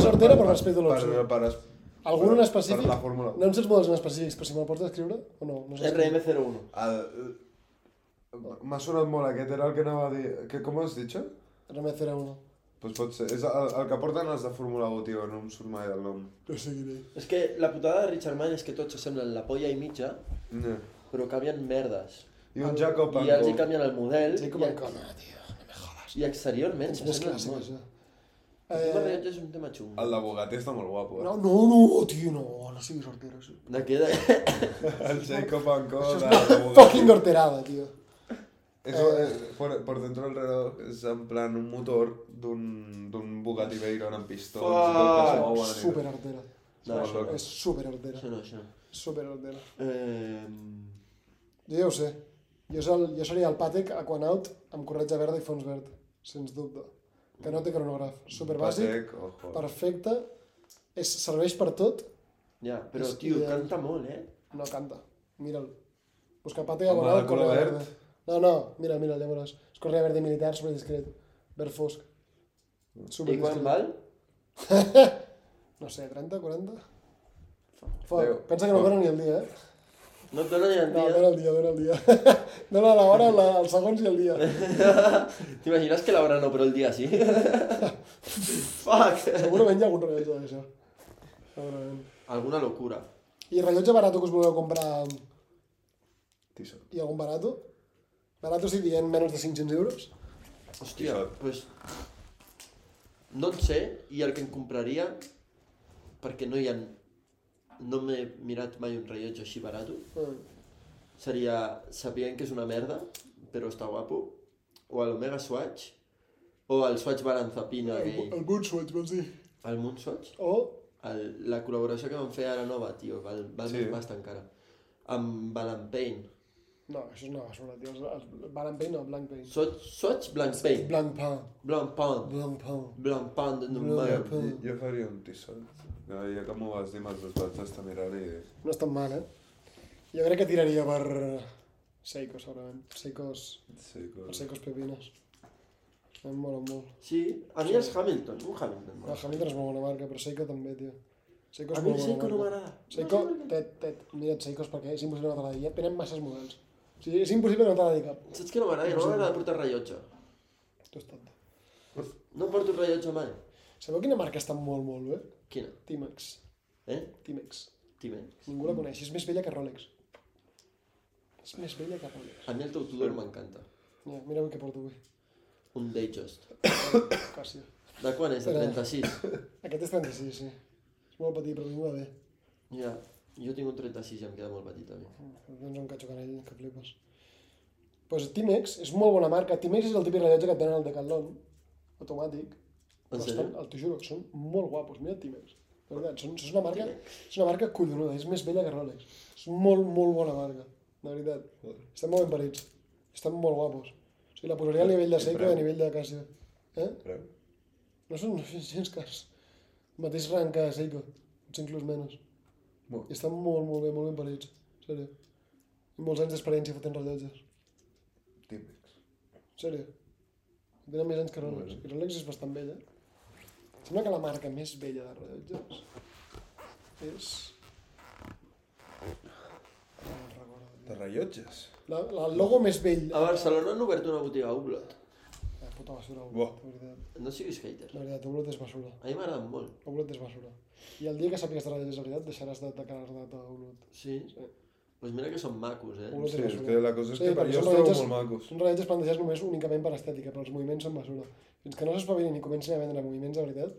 És hortera per respecte a l'opció.
Per, per,
Algun en específic?
Per la fórmula.
No en saps models en específics, però si me'l pots descriure o no? no sé si-
RM01.
El... eh, M'ha sonat molt aquest, era el que anava a dir... Que, com has dit?
RM01.
Pues pot ser. És el, el que porten els de Fórmula 1, tio, no em surt mai el nom.
No sé quin és.
És que la putada de Richard Mann és que tots s'assemblen la polla i mitja,
No.
però canvien merdes.
I un Jacob
I els hi
Hancock.
canvien el model.
Sí, com
i,
el cona, tio. No me jodas.
I exteriorment,
Tens
se
més
semblen
clàssiques,
molt.
ja.
Eh... El
Eh,
rellotge és un tema xungo.
El de Bugatti està molt guapo, eh?
no, no, no, tio, no, no siguis hortera. Sí.
De què?
<laughs>
De...
El Jacob Hancock,
Això
el de
és
Bugatti.
fucking horterada, tio.
És, eh, por, por dentro del reloj és en plan un motor d'un d'un Bugatti Veyron amb pistons. i tot que es mouen i-
Super hortera.
No, això
no.
És super hortera.
Això no, això no.
Super hortera.
Eh...
Jo ja ho sé. Jo, és el, jo seria el Patek Aquanaut amb corretja verda i fons verd, sens dubte. Que no té cronògraf. Super bàsic,
Patek, ojo.
perfecte, és, serveix per tot,
Ja, però
És
tio,
que-
canta molt, eh?
no canta. Mira'l. Busca Patek
Home,
Aquanaut,
de color
corretja
verd.
verda. No, no, mira, mira, ja veuràs. És corretja verda i militar, superdiscret. Verd fosc.
I quan
Superdiscret.
val?
No sé, 30, 40?
Déu.
Foc. Pensa que no
Foc.
dona ni el dia, eh?
No et dona ni el
No,
dia.
dona el dia, <laughs> dona el dia. dona la hora, la, els segons i el dia.
T'imagines que l'hora no, però el dia
<laughs>
sí? Fuck!
Segurament hi ha algun rellotge d'això. Segurament.
Alguna locura.
I rellotge barato que us voleu comprar,
Tissot.
hi ha algun barato? Barato si dient menys de 500 euros?
Hòstia,
Quixot.
pues... No en sé, i el que em compraria, perquè no hi ha... No m'he mirat mai un rellotge així barat,
Mm.
seria Sapient que és una merda, però està guapo, o el Omega Swatch, o el Swatch Baranzapina,
El,
aquell.
el Goodswatch, vols dir?
el Moon Swatch,
O
el, la col·laboració que van fer ara nova, tio, val, val
Sí.
sí. bastant encara, amb Balanpain.
No, això és una basura, tio. Els, els Baran Pain, no, Blanc Pain.
Swatch, Swatch Blancpain,
Blanc Pain.
Blancpain,
Blanc Pain.
Blancpain de
Blanc
normal.
Pain.
Jo faria un tissot. No, ja que m'ho vas dir, me'ls vaig estar mirant i...
No és tan mal, eh? Jo crec que tiraria per... Seiko, segurament. Seikos...
Sí, que...
Els Seikos Pepines. Em molen molt.
Sí, a mi els Hamilton, un Hamilton.
La Hamilton és molt bona marca, però Seiko també, tio. Seiko és
A mi
molt bona
el Seiko no
marca.
m'agrada.
Seiko, tet, tet, mira't Seikos perquè és impossible no t'agradi. Ja tenen masses models. O sigui, és impossible no t'agradi cap.
Saps que no m'agrada? No m'agrada portar rellotge.
Tu és tonta.
No porto rellotge mai.
Sabeu quina marca està molt, molt bé?
Quina?
Timex.
Eh?
Timex.
Timen.
Ningú la coneix. És més vella que Rolex. És més vella que Rolex.
A mi el teu Tudor m'encanta.
Ja, mira el que porto avui. <coughs>
Un Datejust.
Quasi.
De quan és? De
Espera.
36.
Aquest és 36, sí. És molt petit, però vingut bé.
Ja. Jo tinc un 36 i em queda molt petit a mi.
Tens un catxo canell que flipes. Doncs Timex és molt bona marca. Timex és el típic rellotge que et venen al Decathlon, automàtic.
En
Però
sèrio?
estan- el- T'ho juro, que són molt guapos. Mira Timex. De veritat, són, és una marca, és una marca collonuda, és més vella que Rolex. És molt, molt bona marca, de veritat. Estan molt ben parits, estan molt guapos. O sigui, la posaria a nivell de Seiko i a nivell de Casio. Eh?
Preu?
No són gens cars. Mateix rang que Seiko, potser inclús menys.
Molt.
I estan molt, molt bé, molt ben parits. En sèrio. I molts anys d'experiència fotent rellotges.
Típics.
En sèrio. Tenen més anys que Rolex. I Rolex és bastant vella. Sembla que la marca més vella de rellotges és... Ah, no recordo.
De rellotges?
La, la el logo més vell...
A Barcelona han obert una botiga a Hublot.
Ah, puta basura,
Buah.
Oblot, de veritat.
No siguis hater.
La veritat, Oblot és basura.
A mi m'agraden molt.
Oblot és basura. I el dia que sàpigues de rellotges de veritat, deixaràs de declarar-te a Oblot.
Sí? Doncs mira que són macos, eh?
Oblot
Sí,
és
és
basura.
que la cosa és
Sí,
que
perquè
jo
són
els trobo
rellotges-
molt macos.
Són rellotges plantejats només únicament per estètica, però els moviments són mesura. Fins que no s'espavilin i comencin a vendre moviments de veritat,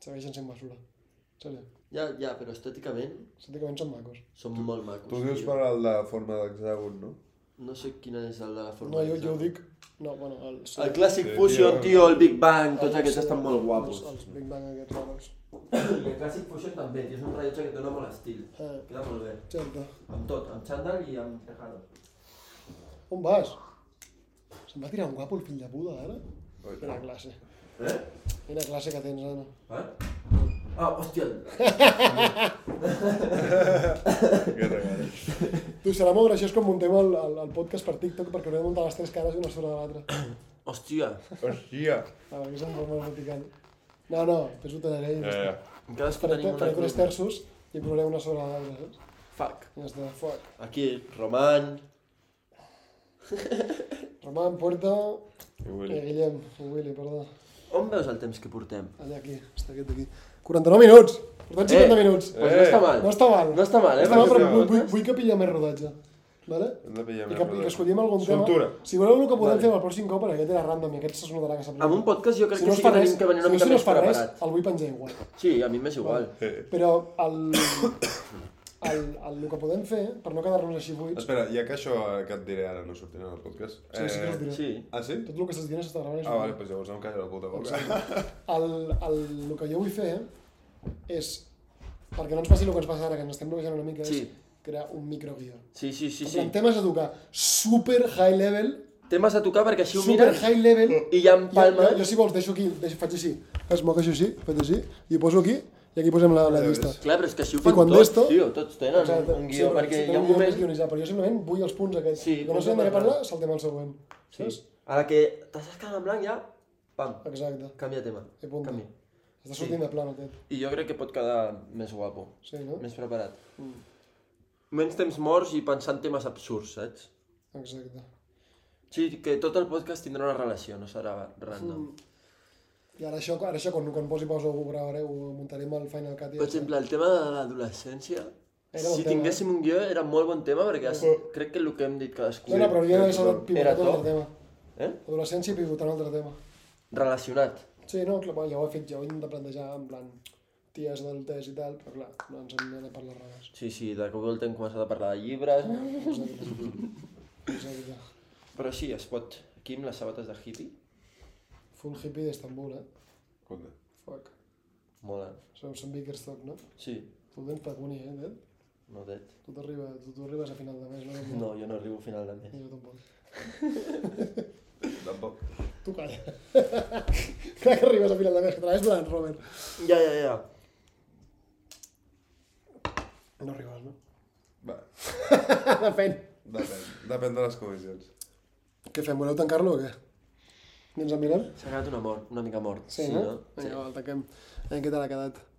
segueixen sent mesura. En sèrio,
Ja, ja, però estèticament
estèticament són macos.
són molt macos.
Tu dius
tio.
per al de forma d'hexàgon, no?
No sé quina és el de la forma.
No, jo, jo ho
exacta.
dic... No, bueno, els...
El Classic
Sí,
Fusion,
tio.
tio, el Big Bang, tots aquests estan molt guapos.
Els, els Big Bang aquests raros.
El Classic Fusion també, tio, és un rellotge que et dona molt estil.
Eh,
Queda molt bé.
certo.
Amb tot, amb xandall i amb tejado.
On vas? Se'm va tirar un guapo el fill de puta, ara?
Oi.
Quina classe.
Eh?
Quina classe que tens, ara.
Eh? Ah, hòstia!
Que regal.
Tu, serà molt graciós com muntem el, el, el podcast per TikTok perquè haurem de muntar les tres cares una sobre de l'altra.
Hòstia!
Hòstia!
A veure, que se'n fa molt vertical. No, no, fes-ho tot allà i ja
Ja,
està.
ja.
Cadascú
Faré,
tenim una
faré tres
columna.
terços i posaré una sobre l'altra, saps?
Fuck.
I ja està, fuck.
Aquí, Roman,
Roman, Puerta
I
i
Willy.
eh, Guillem. I Willy, perdó.
on veus el temps que portem?
Allà aquí, està aquest d'aquí. 49 minuts! Portem
Eh!
50 minuts!
Pues no està mal.
No està mal.
No està mal, eh?
No està mal,
perquè
però
si
vull,
aguantes-
vull, vull que pilla més rodatge. vale?
Hem de pillar
I
més
que, i que
rodes.
escollim algun tema.
Soltura.
Si voleu el que podem
Vale.
fer amb el pròxim cop, perquè aquest era random i aquest es notarà que s'ha
Amb un podcast jo crec
Si
que
no es
sí
fa
que
res,
tenim que venir una
si,
mica
si no es eh,
més
fa res,
preparat.
el vull penjar igual.
Sí, a mi m'és igual.
Però el, el, el, el que podem fer, per no quedar-nos així buits,
Espera, ja que això que et diré ara no sortirà en el podcast.
Sí, sí que
eh,
sortirà.
Sí.
Ah, sí?
tot el que estàs dient s'està gravant. és
Ah,
un-
vale, doncs llavors em callaré la puta boca.
el, el, el que jo vull fer és, perquè no ens passi el que ens passa ara, que ens estem bloquejant una mica,
Sí.
és crear un microguió.
Sí, sí,
Sí,
sí, sí.
sí. temes a tocar super high level,
Temes a tocar perquè així ho
super
miren
high level,
i ja empalmes.
Jo, jo, si vols, deixo aquí, deixo, faig així. Es moc això així, faig així, i ho poso aquí, i aquí posem la, la llista.
Clar, però és que així ho
I
fan
quan
tots,
d'esto-
tio. Tots tenen un, un guió,
però
perquè
tenen
hi ha
un
un
guió més
moment...
guionitzat, però jo simplement vull els punts aquests.
Sí,
que no
punts
sabem de
de
què parlar, saltem al següent.
Sí.
Saps?
A la que t'has quedat en blanc ja, pam,
Exacte.
canvia tema.
I punt.
Canvia.
Està sortint de plan aquest.
I jo crec que pot quedar més guapo,
Sí, Mm. no?
més preparat. Menys temps morts i pensant temes absurds, saps?
Exacte.
Sí, que tot el podcast tindrà una relació, no serà random.
I ara això, ara això quan, quan posi pausa ho gravareu, ho muntarem al Final Cut. i ja
Per
està.
exemple, el tema de l'adolescència,
Era bon
si
tema,
tinguéssim un guió era molt bon tema perquè es- crec que el que hem dit cadascú...
No, no, però havia d'haver sabut
Era
pivotar un
tot.
altre tema.
Eh?
Adolescència i pivotar un altre tema.
Relacionat.
Sí, no, clar, bueno, ja ho he fet, ja ho he intentat plantejar en plan ties adultes i tal, però clar, no ens hem de parlar res.
Sí, sí, de cop i volta hem començat a parlar de
<laughs>
llibres...
Exacte. Exacte.
Però sí, es pot. Aquí amb les sabates de hippie.
Full hippie d'Estambul, eh?
Escolta.
Fuck.
Mola.
Som, som Bickerstock, no?
Sí.
Tu tens pecuni, eh, Ted?
No det.
Tu t'arriba, tu, tu arribes a final de mes, no?
No, jo no arribo a final de
<laughs>
mes.
Jo tampoc.
Tampoc.
Tu calla. <laughs> clar que arribes a final de mes, que treballes durant, Robert.
Ja, ja, ja.
No arribes, no? <laughs>
Va,
Depèn.
depèn. Depèn de les comissions.
Què fem, voleu tancar-lo o què? Ens en mirem?
S'ha quedat una mort, una mica mort.
Sí, no? Vinga, va, el tanquem. Eh, què tal ha quedat?